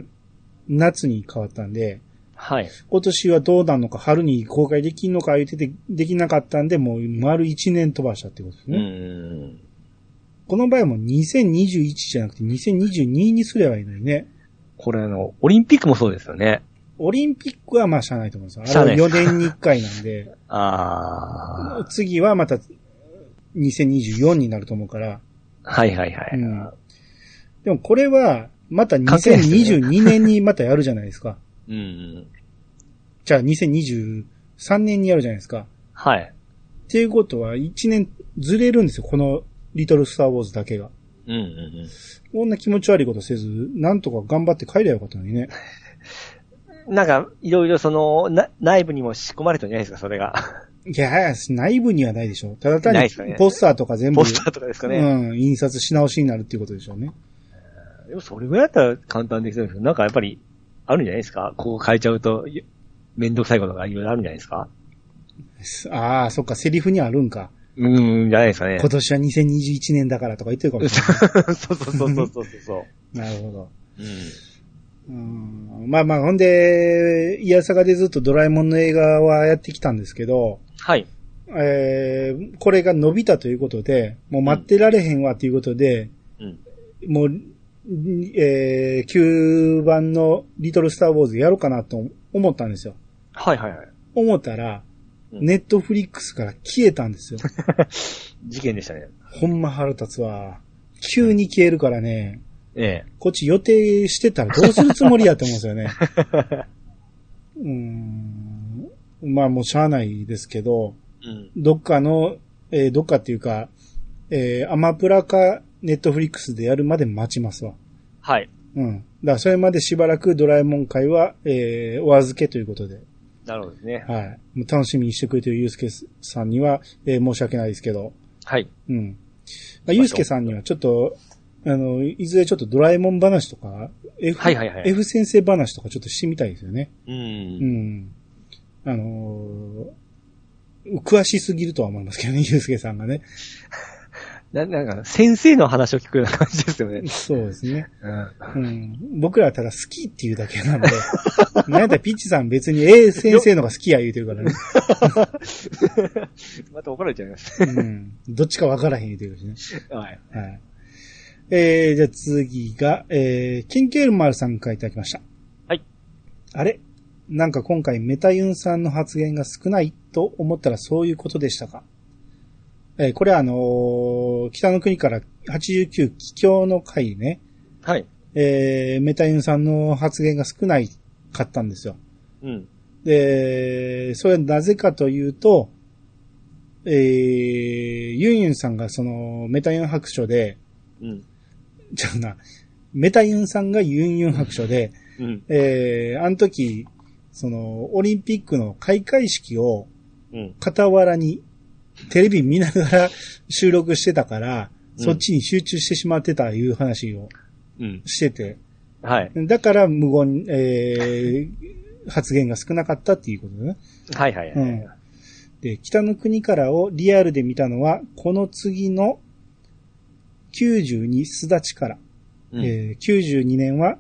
Speaker 1: 夏に変わったんで、
Speaker 2: はい。
Speaker 1: 今年はどうなのか春に公開できんのか言っててできなかったんで、もう丸1年飛ばしたってことです
Speaker 2: う
Speaker 1: ね。
Speaker 2: ん。
Speaker 1: この場合はもう2021じゃなくて2022にすればいいのにね。
Speaker 2: これあの、オリンピックもそうですよね。
Speaker 1: オリンピックはまあしゃあないと思うんです
Speaker 2: し
Speaker 1: よ。
Speaker 2: ゃあ
Speaker 1: あ
Speaker 2: な
Speaker 1: れ
Speaker 2: い
Speaker 1: 4年に1回なんで、
Speaker 2: ああ。
Speaker 1: 次はまた2024になると思うから。
Speaker 2: はいはいはい。
Speaker 1: うんでもこれは、また
Speaker 2: 関係ないですよ
Speaker 1: 2022年にまたやるじゃないですか。
Speaker 2: うん。
Speaker 1: じゃあ2023年にやるじゃないですか。
Speaker 2: はい。
Speaker 1: っていうことは1年ずれるんですよ。このリトルスターウォーズだけが。
Speaker 2: うんうんうん
Speaker 1: こんな気持ち悪いことせず、なんとか頑張って帰りゃよかったのに ね。
Speaker 2: なんか、いろいろその、な、内部にも仕込まれてるんじゃないですか、それが。
Speaker 1: いや、内部にはないでしょ。ただ単
Speaker 2: ないですか
Speaker 1: に
Speaker 2: ね
Speaker 1: ポスターとか全部、
Speaker 2: ポスターとかですかね。
Speaker 1: うん、印刷し直しになるっていうことでしょうね。
Speaker 2: でもそれぐらいだったら簡単にできそうですけど、なんかやっぱり、あるんじゃないですかここ変えちゃうと、ゆめんどくさいことがいろいろあるんじゃないですか
Speaker 1: ああ、そっか、セリフにあるんか。
Speaker 2: うん、じゃないですかね
Speaker 1: 今。年は2021年だからとか言ってるかもしれ
Speaker 2: そうそうそうそうそうそう。
Speaker 1: ない。 なるほど。
Speaker 2: うん。
Speaker 1: うんまあまあ、ほんで、いやさがでずっとドラえもんの映画はやってきたんですけど、
Speaker 2: はい。
Speaker 1: えー、これが伸びたということで、もう待ってられへんわということで、
Speaker 2: うん。
Speaker 1: もう、えー、9番のリトルスターウォーズやろうかなと思ったんですよ。
Speaker 2: はいはいはい。
Speaker 1: 思ったら、
Speaker 2: うん
Speaker 1: ネットフリックスから消えたん ですよ。
Speaker 2: 事件でしたね。
Speaker 1: ほんま腹立つわ。急に消えるからね、
Speaker 2: ええ。
Speaker 1: こっち予定してたらどうするつもりやと思うんですよね。うーん。まあもうしゃあないですけど、
Speaker 2: うん。
Speaker 1: どっかの、えーどっかっていうか、えーアマプラかネットフリックスでやるまで待ちますわ。
Speaker 2: はい。
Speaker 1: うん。だからそれまでしばらくドラえもん会は、えーお預けということで。
Speaker 2: なるほどですね。
Speaker 1: はい。もう楽しみにしてくれてるゆうすけさんには、えー申し訳ないですけど、
Speaker 2: はい。
Speaker 1: うん。あゆうすけさんにはちょっと、あの、いずれちょっとドラえもん話とか、F、
Speaker 2: はいはいはい
Speaker 1: F 先生話とかちょっとしてみたいですよね。
Speaker 2: う。
Speaker 1: うんん。あのー詳しすぎるとは思いますけどね、 ゆうすけさんがね。
Speaker 2: な、なんか、先生の話を聞くような感じですよね。
Speaker 1: そうですね。
Speaker 2: うん。
Speaker 1: うん。僕らはただ好きっていうだけなんで。なんやったらピッチさん別に A 先生のが好きや言うてるからね。
Speaker 2: また怒られちゃいます。
Speaker 1: うん。どっちかわからへん言うてるしね。
Speaker 2: はい。
Speaker 1: はい。えー、じゃあ次が、えー、キンケールマルさんからいただきました。
Speaker 2: はい。
Speaker 1: あれなんか今回メタユンさんの発言が少ないと思ったらそういうことでしたかえー、これはあのー北の国から89奇境の回ね、
Speaker 2: はい。
Speaker 1: えー、メタユンさんの発言が少ないかったんですよ。
Speaker 2: うん。
Speaker 1: で、それはなぜかというと、えー、ユンユンさんがそのメタユン白書で、
Speaker 2: うん。
Speaker 1: ちゃうな。メタユンさんがユンユン白書で、
Speaker 2: うん。
Speaker 1: えー、あの時、その、オリンピックの開会式を
Speaker 2: うん。
Speaker 1: 傍らにテレビ見ながら 収録してたから、そっちに集中してしまってたいう話を
Speaker 2: うん。
Speaker 1: してて、
Speaker 2: はい。
Speaker 1: だから無言、えー、発言が少なかったっていうことだね。
Speaker 2: はいはいはい。
Speaker 1: うんで、北の国からをリアルで見たのは、この次の92すだちから。
Speaker 2: うん
Speaker 1: えー92年は、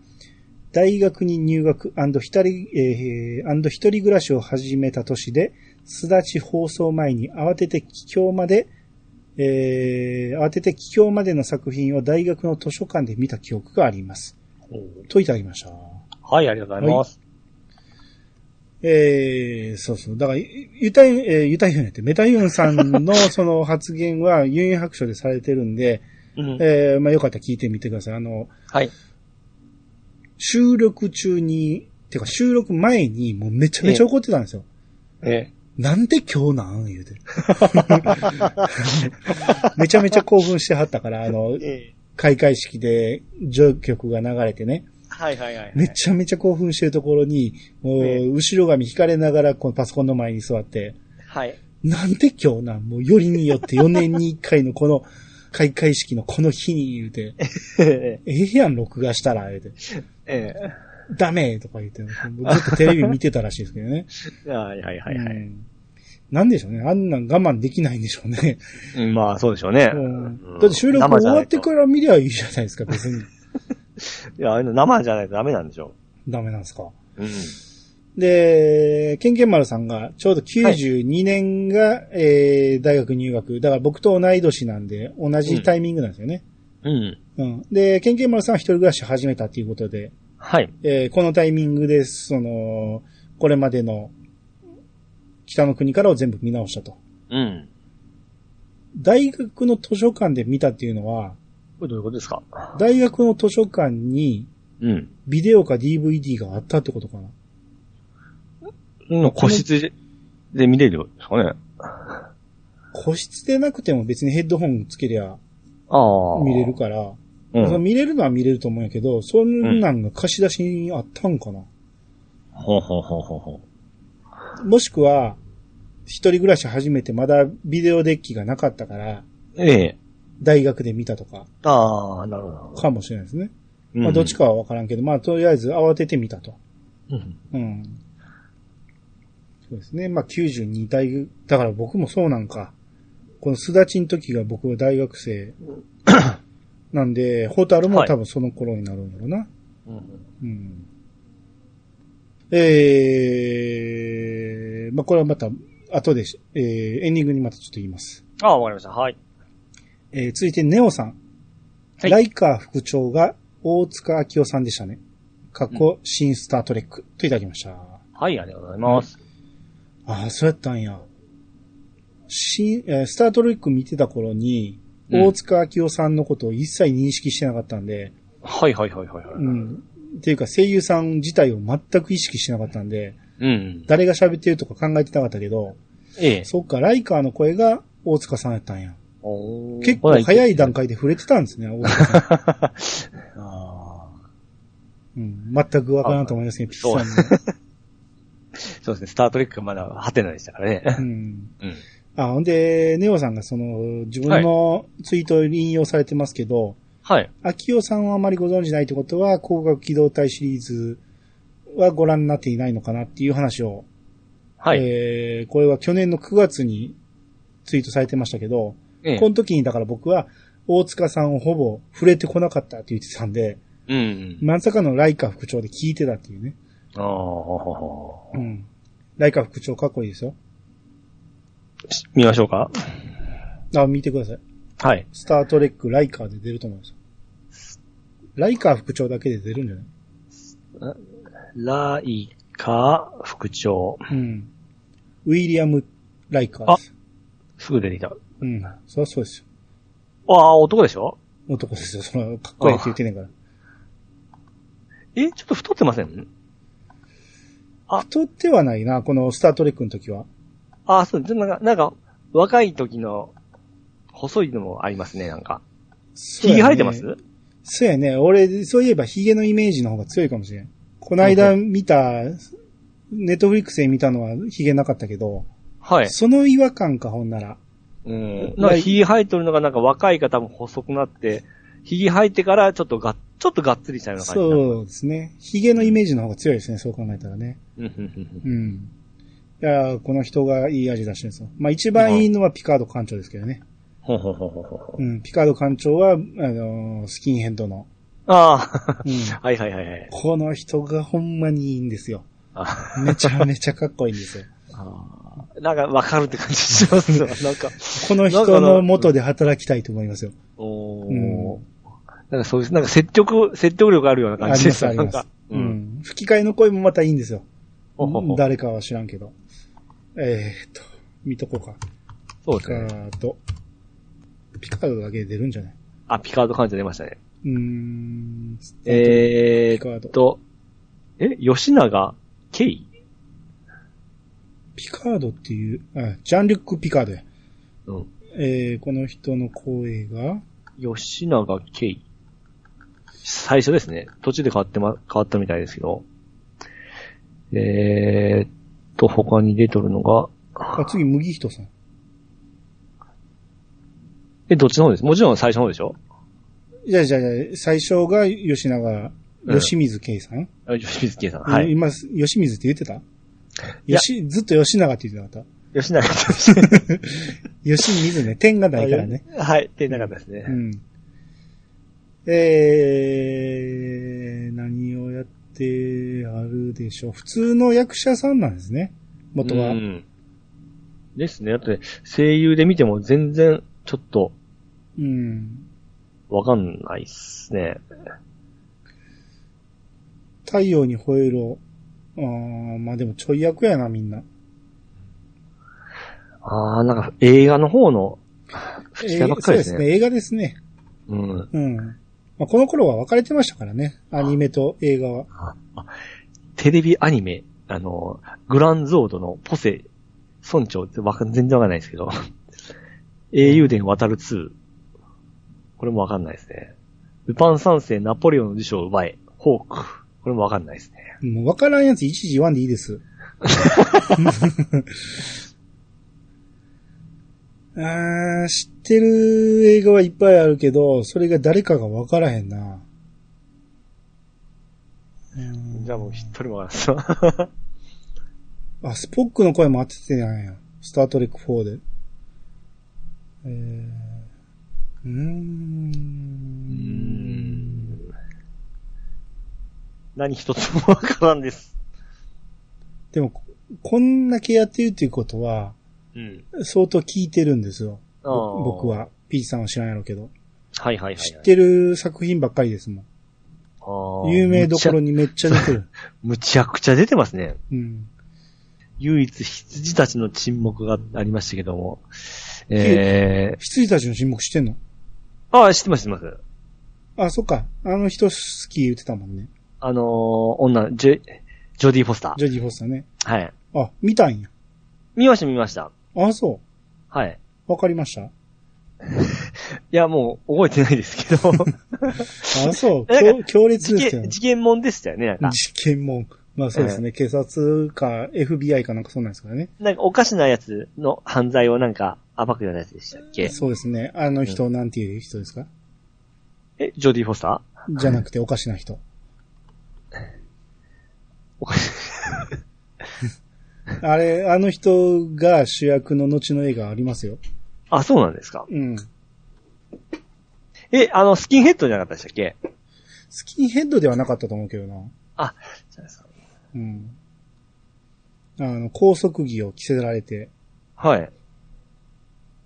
Speaker 1: 大学に入学一人、えー、and 一人暮らしを始めた年で、すだち放送前に慌てて帰郷まで、えー慌てて帰郷までの作品を大学の図書館で見た記憶があります。といただきました。
Speaker 2: はい、ありがとうございます。
Speaker 1: えーそうそう。だから、ゆゆたゆん、えーゆたゆんやって、メタユンさんのその発言は、ユンユン白書でされてるんで、
Speaker 2: うん
Speaker 1: えーまあよかったら聞いてみてください。あの、
Speaker 2: はい。
Speaker 1: 収録中に、てか収録前にもうめちゃめちゃ怒ってたんですよ。
Speaker 2: え
Speaker 1: なんで今日なん言うて。 めちゃめちゃ興奮してはったから、あの、
Speaker 2: え。
Speaker 1: 開会式で上曲が流れてね、
Speaker 2: はいはいはい。
Speaker 1: めちゃめちゃ興奮してるところに、もう
Speaker 2: ええ
Speaker 1: 後ろ髪引かれながらこのパソコンの前に座って、
Speaker 2: はい。
Speaker 1: なんで今日なんもうよりによって4年に1回のこの開会式のこの日に言うて、
Speaker 2: え
Speaker 1: ええやん、録画したら、言うて。
Speaker 2: え。
Speaker 1: ダメとか言って、ずっとテレビ見てたらしいですけどね。
Speaker 2: はいはいはいは
Speaker 1: う
Speaker 2: い。
Speaker 1: んなんでしょうね。あんなん我慢できないんでしょうね。
Speaker 2: うんまあ、そうでしょうね。
Speaker 1: うんだって収録終わって
Speaker 2: る。
Speaker 1: から見りゃいいじゃないですか、別に。
Speaker 2: いや、ああいうの生じゃないとダメなんでしょ
Speaker 1: ダメなんですか。
Speaker 2: う。うん。
Speaker 1: で、ケンケン丸さんが、ちょうど92年が、えー大学入学。だから僕と同い年なんで、同じタイミングなんですよね。
Speaker 2: うん。
Speaker 1: うん。で、ケンケン丸さんは一人暮らし始めたっていうことで、
Speaker 2: はい。
Speaker 1: えーこのタイミングで、その、これまでの、北の国からを全部見直したと。
Speaker 2: うん。
Speaker 1: 大学の図書館で見たっていうのは、
Speaker 2: これどういうことですか
Speaker 1: 大学の図書館に
Speaker 2: うん。
Speaker 1: ビデオか DVD があったってことかな。
Speaker 2: の個室で見れるんですかね。
Speaker 1: 個室でなくても別にヘッドホンつけりゃ
Speaker 2: ああ。
Speaker 1: 見れる。から、
Speaker 2: う
Speaker 1: その
Speaker 2: ん。
Speaker 1: 見れるのは見れると思うんやけど、そんなんが貸し出しにあったんかな。
Speaker 2: ほうほうほうほうほ
Speaker 1: もしくは、一人暮らし始めてまだビデオデッキがなかったから、
Speaker 2: う。ええ。
Speaker 1: 大学で見たとか、
Speaker 2: ああ、なるほど。
Speaker 1: かもしれないですね。
Speaker 2: うん
Speaker 1: まあどっち。かはわからんけど、まあとりあえず慌ててみたと。
Speaker 2: うん。
Speaker 1: うん。そうですね。まあ、92大学、だから僕もそうなんか。このすだちの時が僕は大学 生。なんで、ホタルも
Speaker 2: はい
Speaker 1: 多分その頃になるんだろうな。
Speaker 2: うん
Speaker 1: うん。えー、まあ、これはまた、後でし、えー、エンディングにまたちょっと言います。
Speaker 2: ああ、わかりました。はい。
Speaker 1: えー、続いてネオさん。
Speaker 2: はい
Speaker 1: ライカー副長が大塚明夫さんでしたね。過去、新スタートレックといただきました。
Speaker 2: はい、ありがとうございます。
Speaker 1: ああ、そうやったんや。し、えースタートレック見てた頃に、
Speaker 2: うん
Speaker 1: 大塚明夫さんのことを一切認識してなかったんで、。
Speaker 2: はいはいはいはいはいう
Speaker 1: ん。っていうか声優さん自体を全く意識してなかったんで、
Speaker 2: うん。
Speaker 1: 誰が喋ってるとか考えてなかったけど、
Speaker 2: ええ。
Speaker 1: そっか、ライカーの声が大塚さんやったんや。
Speaker 2: おー
Speaker 1: 結構 早い段階で触れてたんですね、大塚さん。
Speaker 2: ああ。
Speaker 1: うん、全くわからんと思いますけど、ピッチさんも。
Speaker 2: そうですね、スタートレックがまだハテナでしたからね。
Speaker 1: うん。
Speaker 2: うん。
Speaker 1: あ、ほんで、ネオさんがその、自分のツイートを引用されてますけど、
Speaker 2: はい。
Speaker 1: 秋代さんはあまりご存じないってことは、光学機動隊シリーズはご覧になっていないのかなっていう話を、
Speaker 2: はい。
Speaker 1: えー、これは去年の9月にツイートされてましたけど、
Speaker 2: ええ
Speaker 1: この時にだから僕は、大塚さんをほぼ触れてこなかったって言ってたんで、
Speaker 2: うん。
Speaker 1: まさかのライカ副長で聞いてたっていうね。
Speaker 2: あ
Speaker 1: う
Speaker 2: あ。
Speaker 1: ん。ライカ副長かっこいいですよ。
Speaker 2: し見ましょうか。
Speaker 1: あ、見てください。
Speaker 2: はい。
Speaker 1: スタートレックライカーで出ると思うんですよ。ライカー副長だけで出るんじゃない
Speaker 2: ライカ副長。
Speaker 1: うん。ウィリアム・ライカーです。
Speaker 2: すぐ出てきた。あ
Speaker 1: うん。そりゃそうですよ。
Speaker 2: あ、男でしょ
Speaker 1: 男ですよ。その、かっこいいって言ってねえから。
Speaker 2: え、ちょっと太ってません
Speaker 1: 太ってはないな、このスタートレックの時は。
Speaker 2: ああ、そう、でもなんか、なんか、若い時の、細いのもありますね、なんか。
Speaker 1: そう
Speaker 2: ひ
Speaker 1: やね
Speaker 2: げ生えてます
Speaker 1: そうやね。俺、そういえばヒゲのイメージの方が強いかもしれん。こないだ見た、ネットフリックスで見たのはヒゲなかったけど、
Speaker 2: はい。
Speaker 1: その違和感か、ほんなら。
Speaker 2: うん。なんか、ひげ生えてるのがなんか若い方も細くなって、ひげ生えてからちょっとが、ちょっとがっつりしたような感じ。う。
Speaker 1: そうですね。ヒゲのイメージの方が強いですね、そう考えたらね。
Speaker 2: うん、うん、
Speaker 1: うん。いやーこの人がいい味出してるんですよ。まあ一番いいのはピカード艦長ですけどね。
Speaker 2: ほんほんほんほんほんほん。
Speaker 1: うん、ピカード艦長は、あのースキンヘッドの。
Speaker 2: あ
Speaker 1: うん。
Speaker 2: あ、 はいはいはいはい。
Speaker 1: この人がほんまにいいんですよ。
Speaker 2: あ
Speaker 1: めちゃめちゃかっこいいんです よ。
Speaker 2: あーなんか、わかるって感じしますわなんか、
Speaker 1: この人の元で働きたいと思いますよ。
Speaker 2: おー
Speaker 1: うん
Speaker 2: なんかそうです。なんか、積極、説得力あるような
Speaker 1: あ
Speaker 2: 感
Speaker 1: り
Speaker 2: じで。
Speaker 1: ますす、あり
Speaker 2: なん
Speaker 1: ま
Speaker 2: か
Speaker 1: す。。うん。吹き替えの声もまたいいんですよ。
Speaker 2: ほほほ
Speaker 1: 誰かは知らんけど。えーっと、見とこうか。
Speaker 2: そう
Speaker 1: ピ
Speaker 2: です
Speaker 1: カ
Speaker 2: ね。
Speaker 1: ード。ピカードだけで出るんじゃない
Speaker 2: あ、ピカード感じ出ましたね。
Speaker 1: うーん。
Speaker 2: え
Speaker 1: ピカー
Speaker 2: ーっ
Speaker 1: ド
Speaker 2: と、え、吉永ケイ
Speaker 1: ピカードっていう、あ、ジャンリュック・ピカードや。
Speaker 2: うん。
Speaker 1: えー、この人の声が、
Speaker 2: 吉永ケイ。最初ですね。途中で変わってま、変わったみたいですけど。えーっと、他に出とるのが、
Speaker 1: あ、次、麦人さん。
Speaker 2: え、どっちの方ですもちろん最初の方でしょ
Speaker 1: じゃあじゃあじゃあ最初が吉永、
Speaker 2: うん
Speaker 1: 吉水圭さん、
Speaker 2: あ吉水圭さん。はい。
Speaker 1: 今、吉水って言ってた
Speaker 2: や
Speaker 1: 吉、ずっと吉永って言ってなかっ
Speaker 2: 吉永さ
Speaker 1: た吉水ね、点がないからね。。
Speaker 2: はい。ってなかったですね
Speaker 1: う。ん。えー、何をやってあるでしょう。普通の役者さんなんですね。元は。
Speaker 2: うんですね。だって、声優で見ても全然、ちょっと、
Speaker 1: うん。
Speaker 2: わかんないっすね。
Speaker 1: 太陽に吠えろ。あーまあでもちょい役やな、みんな。
Speaker 2: ああ、なんか映画の方の吹き替えばっか
Speaker 1: そう
Speaker 2: り
Speaker 1: で
Speaker 2: ですす
Speaker 1: ね。
Speaker 2: ね。
Speaker 1: 映画ですね。
Speaker 2: うん。
Speaker 1: うん。まあ、この頃は分かれてましたからね。アニメと映画は。
Speaker 2: テレビアニメ、あの、グランゾードのポセ、村長ってわかん、全然わかんないですけど、英雄伝渡る2。これもわかんないですね。ルパン三世ナポレオンの辞書を奪え、ホーク。これもわかんないですね。
Speaker 1: もう分からんやつ一時言わんでいい です。あー知ってる映画はいっぱいあるけど、それが誰かが分からへんな。うん
Speaker 2: じゃあもう一人もわかんない です。
Speaker 1: あ、スポックの声も当ててないや。スタートレック4で。えー、うー
Speaker 2: うー
Speaker 1: ん。
Speaker 2: ん何一つもわからんです。
Speaker 1: でも、ここんだけやってるっていうことは、
Speaker 2: うん。
Speaker 1: 相当聞いてるんですよ。
Speaker 2: あー
Speaker 1: 僕。は。ピーチさんは知らんやろうけど。
Speaker 2: はいはいはい、はい。
Speaker 1: 知ってる作品ばっかりですも
Speaker 2: あー
Speaker 1: ん。有名どころにめっちゃ出 てる。
Speaker 2: むちゃくちゃ出てますね。
Speaker 1: うん。
Speaker 2: 唯一羊たちの沈黙がありましたけども。え
Speaker 1: 羊たちの沈黙してんの
Speaker 2: ー、ああ、知ってます、知ってます。
Speaker 1: あ、そっか。あの人好き言ってたもんね。
Speaker 2: あのー、女、ジョ、ジョディ・フォスタ
Speaker 1: ジョディ・フォスターね。
Speaker 2: ー。はい。
Speaker 1: あ、見たんや。
Speaker 2: 見ました、見ました。
Speaker 1: あ、そ
Speaker 2: はい。
Speaker 1: う。わかりました。
Speaker 2: いや、もう、覚えてないですけど。
Speaker 1: あ、そう。
Speaker 2: えなん
Speaker 1: 強強烈
Speaker 2: 事
Speaker 1: ですよ
Speaker 2: 件、
Speaker 1: ね。
Speaker 2: 事件もんでしたよね、なんか。
Speaker 1: 事件もん。まあそうですね、警察か FBI かなんかそうなんですからね。
Speaker 2: なんかおかしなやつの犯罪をなんか暴くようなやつでしたっけ
Speaker 1: そうですね。あの人、なんていう人ですか
Speaker 2: え、ジョディ・フォスター
Speaker 1: じゃなくておかしな人。
Speaker 2: おかしい。
Speaker 1: あれ、あの人が主役の後の映画ありますよ。
Speaker 2: あ、そうなんですか。
Speaker 1: うん。
Speaker 2: え、あの、スキンヘッドじゃなかったでしたっけ
Speaker 1: スキンヘッドではなかったと思うけどな。
Speaker 2: あ、そうです
Speaker 1: うん。あの、拘束着を着せられて、
Speaker 2: はい。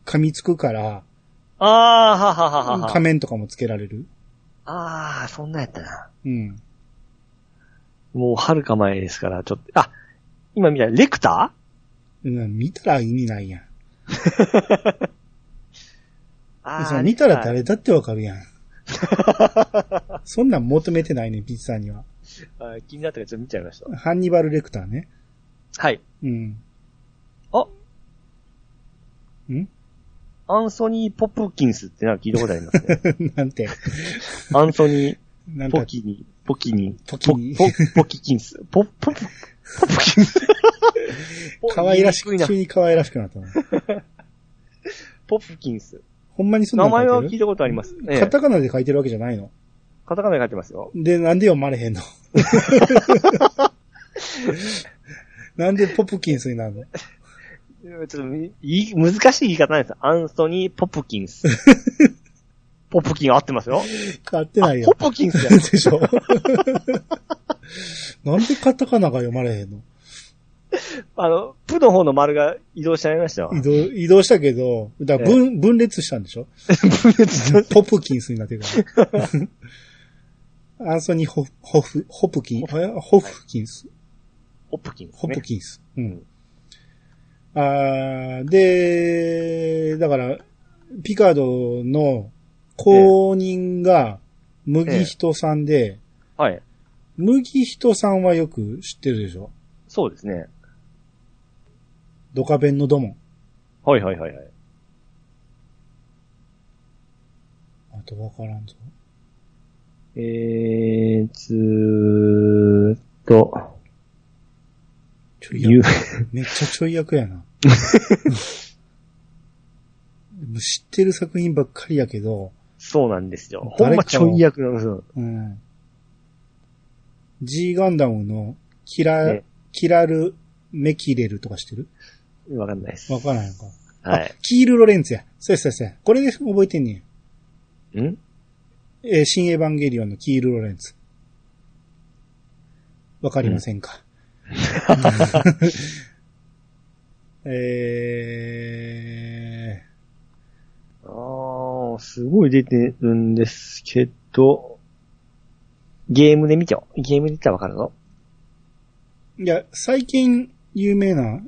Speaker 1: 噛みつくから、
Speaker 2: ああ、ははははは
Speaker 1: 仮。面とかもつけられる。
Speaker 2: ああ、そんなんやったな。
Speaker 1: うん。
Speaker 2: もう、はるか前ですから、ちょっと、あ、今見た、レクター
Speaker 1: うん見たら意味ないやん。
Speaker 2: あ
Speaker 1: そ
Speaker 2: あ、
Speaker 1: う見たら
Speaker 2: レク
Speaker 1: 誰だってわかるやん。 そんなん求めてないね、ピッチさんには。
Speaker 2: ターあー気になったからちょっと見ちゃいました。
Speaker 1: ハンニバル・レクターね。
Speaker 2: はい。
Speaker 1: うん。
Speaker 2: あ
Speaker 1: ん
Speaker 2: アンソニー・ポプキンスってなんか聞いたことあります ね。
Speaker 1: なんて、
Speaker 2: アンソニー・
Speaker 1: なん
Speaker 2: ポ
Speaker 1: か、
Speaker 2: キニ、ポキニ、
Speaker 1: ポキニ
Speaker 2: ポ、 ポポキキンス、ポ、ポ、ポ、ポプキンス。
Speaker 1: 可愛らし
Speaker 2: 言
Speaker 1: く、
Speaker 2: いにく
Speaker 1: 急
Speaker 2: いな
Speaker 1: に可愛らしくなったな。
Speaker 2: ポプキンス。
Speaker 1: ほんまにそんな
Speaker 2: 名
Speaker 1: ん書い
Speaker 2: 前
Speaker 1: てる
Speaker 2: は聞いたことあります。ええ
Speaker 1: カタカナで書いてるわけじゃないの。
Speaker 2: カタカナで書いてますよ。
Speaker 1: で、なんで読まれ へんのなんでポプキンスになるの
Speaker 2: ちょっとみ、い難しい言い方なんですよアンソニー・ポプキ ンス。ポプキン合ってますよ。
Speaker 1: 買ってないよ
Speaker 2: あ。ポプキン スや。
Speaker 1: でしょなんでカタカナが読まれへんの
Speaker 2: あの、プの方の丸が移動しちゃいましたよ。
Speaker 1: 移動、移動したけど、だから分、分裂したんでしょポプキンスになってる から。アンソニーホ・ホフ、ホプキン、えホフキンス、
Speaker 2: ポプキンス、ね。
Speaker 1: ホプキンス。うん
Speaker 2: ん。
Speaker 1: あーで、だから、ピカードの公認が麦人さんで、
Speaker 2: はい。
Speaker 1: 麦人さんはよく知ってるでしょ
Speaker 2: そうですね。
Speaker 1: ドカベンのドモン。
Speaker 2: はいはいはいはい。
Speaker 1: あとわからんぞ。
Speaker 2: えー、ずーっと、
Speaker 1: ちょい
Speaker 2: 言う
Speaker 1: 役。めっちゃちょい役 やな。もう知ってる作品ばっかりやけど、
Speaker 2: そうなんですよ。ほん
Speaker 1: 誰か
Speaker 2: まちょい役なんですよ。
Speaker 1: うん。G ガンダムのキラ、
Speaker 2: ね
Speaker 1: キラル、メキレルとか知ってる
Speaker 2: わかんないです。
Speaker 1: わからんやんか。
Speaker 2: はい。
Speaker 1: キール・ロレンツや。そうやそうやそうや。これで覚えてんねん。
Speaker 2: ん
Speaker 1: えー新エヴァンゲリオンのキール・ロレンツ。わかりませんか。 え
Speaker 2: あー、すごい出てるんですけど、ゲームで見ちゃおう。ゲームで見たらわかるぞ。
Speaker 1: ー、いや、最近有名な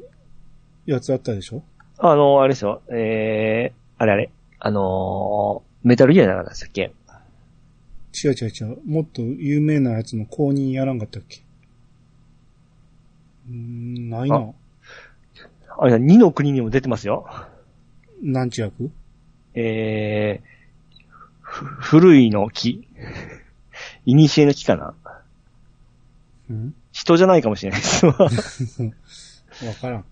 Speaker 1: やつあったでしょ
Speaker 2: あの、あれですよ。えー、あれあれ。あのー、メタルギアなかったでしたっけ
Speaker 1: 違う違う違う。もっと有名なやつの公認やらんかったっけうーん、ないな
Speaker 2: あ。あれだ、2の国にも出てますよ。
Speaker 1: なんちゅう役
Speaker 2: えー、ふ古いの木。いにしえの木かな
Speaker 1: うん
Speaker 2: 人じゃないかもしれないです。
Speaker 1: わからん。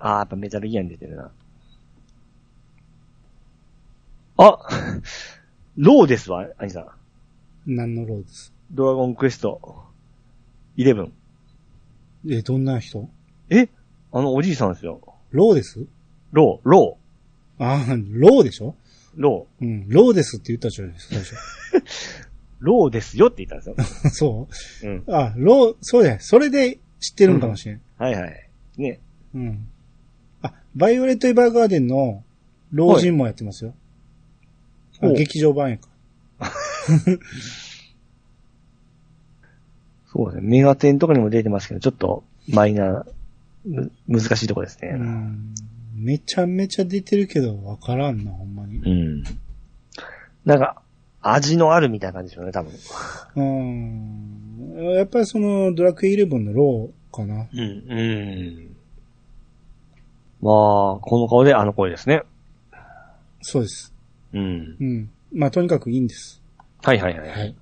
Speaker 2: あー、やっぱメタルギアに出てるな。あローですわ、アニさん。
Speaker 1: 何のローです。
Speaker 2: ドラゴンクエスト11。
Speaker 1: え、どんな人
Speaker 2: えあのおじいさんですよ。
Speaker 1: ローです
Speaker 2: ロー、ロ
Speaker 1: ああ、ローでしょ
Speaker 2: ー、ロー、
Speaker 1: うん、ローですって言ったじゃないですか、最
Speaker 2: ローですよって言ったんですよ。
Speaker 1: 初。そ
Speaker 2: うん。
Speaker 1: うあ、ロー、そうだよ。それで知ってるんかもしれん。
Speaker 2: はいはい。ね。
Speaker 1: うん。あ、バイオレット・エヴァーガーデンの老人もやってますよ。あ
Speaker 2: おう
Speaker 1: 劇場版やか。
Speaker 2: そうですね。メガテンとかにも出てますけど、ちょっとマイナー、む難しいとこです
Speaker 1: う
Speaker 2: ね。
Speaker 1: ん。めちゃめちゃ出てるけど、わからんな、ほんまに。
Speaker 2: うん。なんか、味のあるみたいな感じでしょうね、多分。
Speaker 1: うん。やっぱりその、ドラクエイレブンのローかな。
Speaker 2: うん、うん。まあ、この顔であの声ですね。
Speaker 1: そうです。
Speaker 2: うん。
Speaker 1: うん。まあ、とにかくいいんです。
Speaker 2: はいはいはい。
Speaker 1: はい。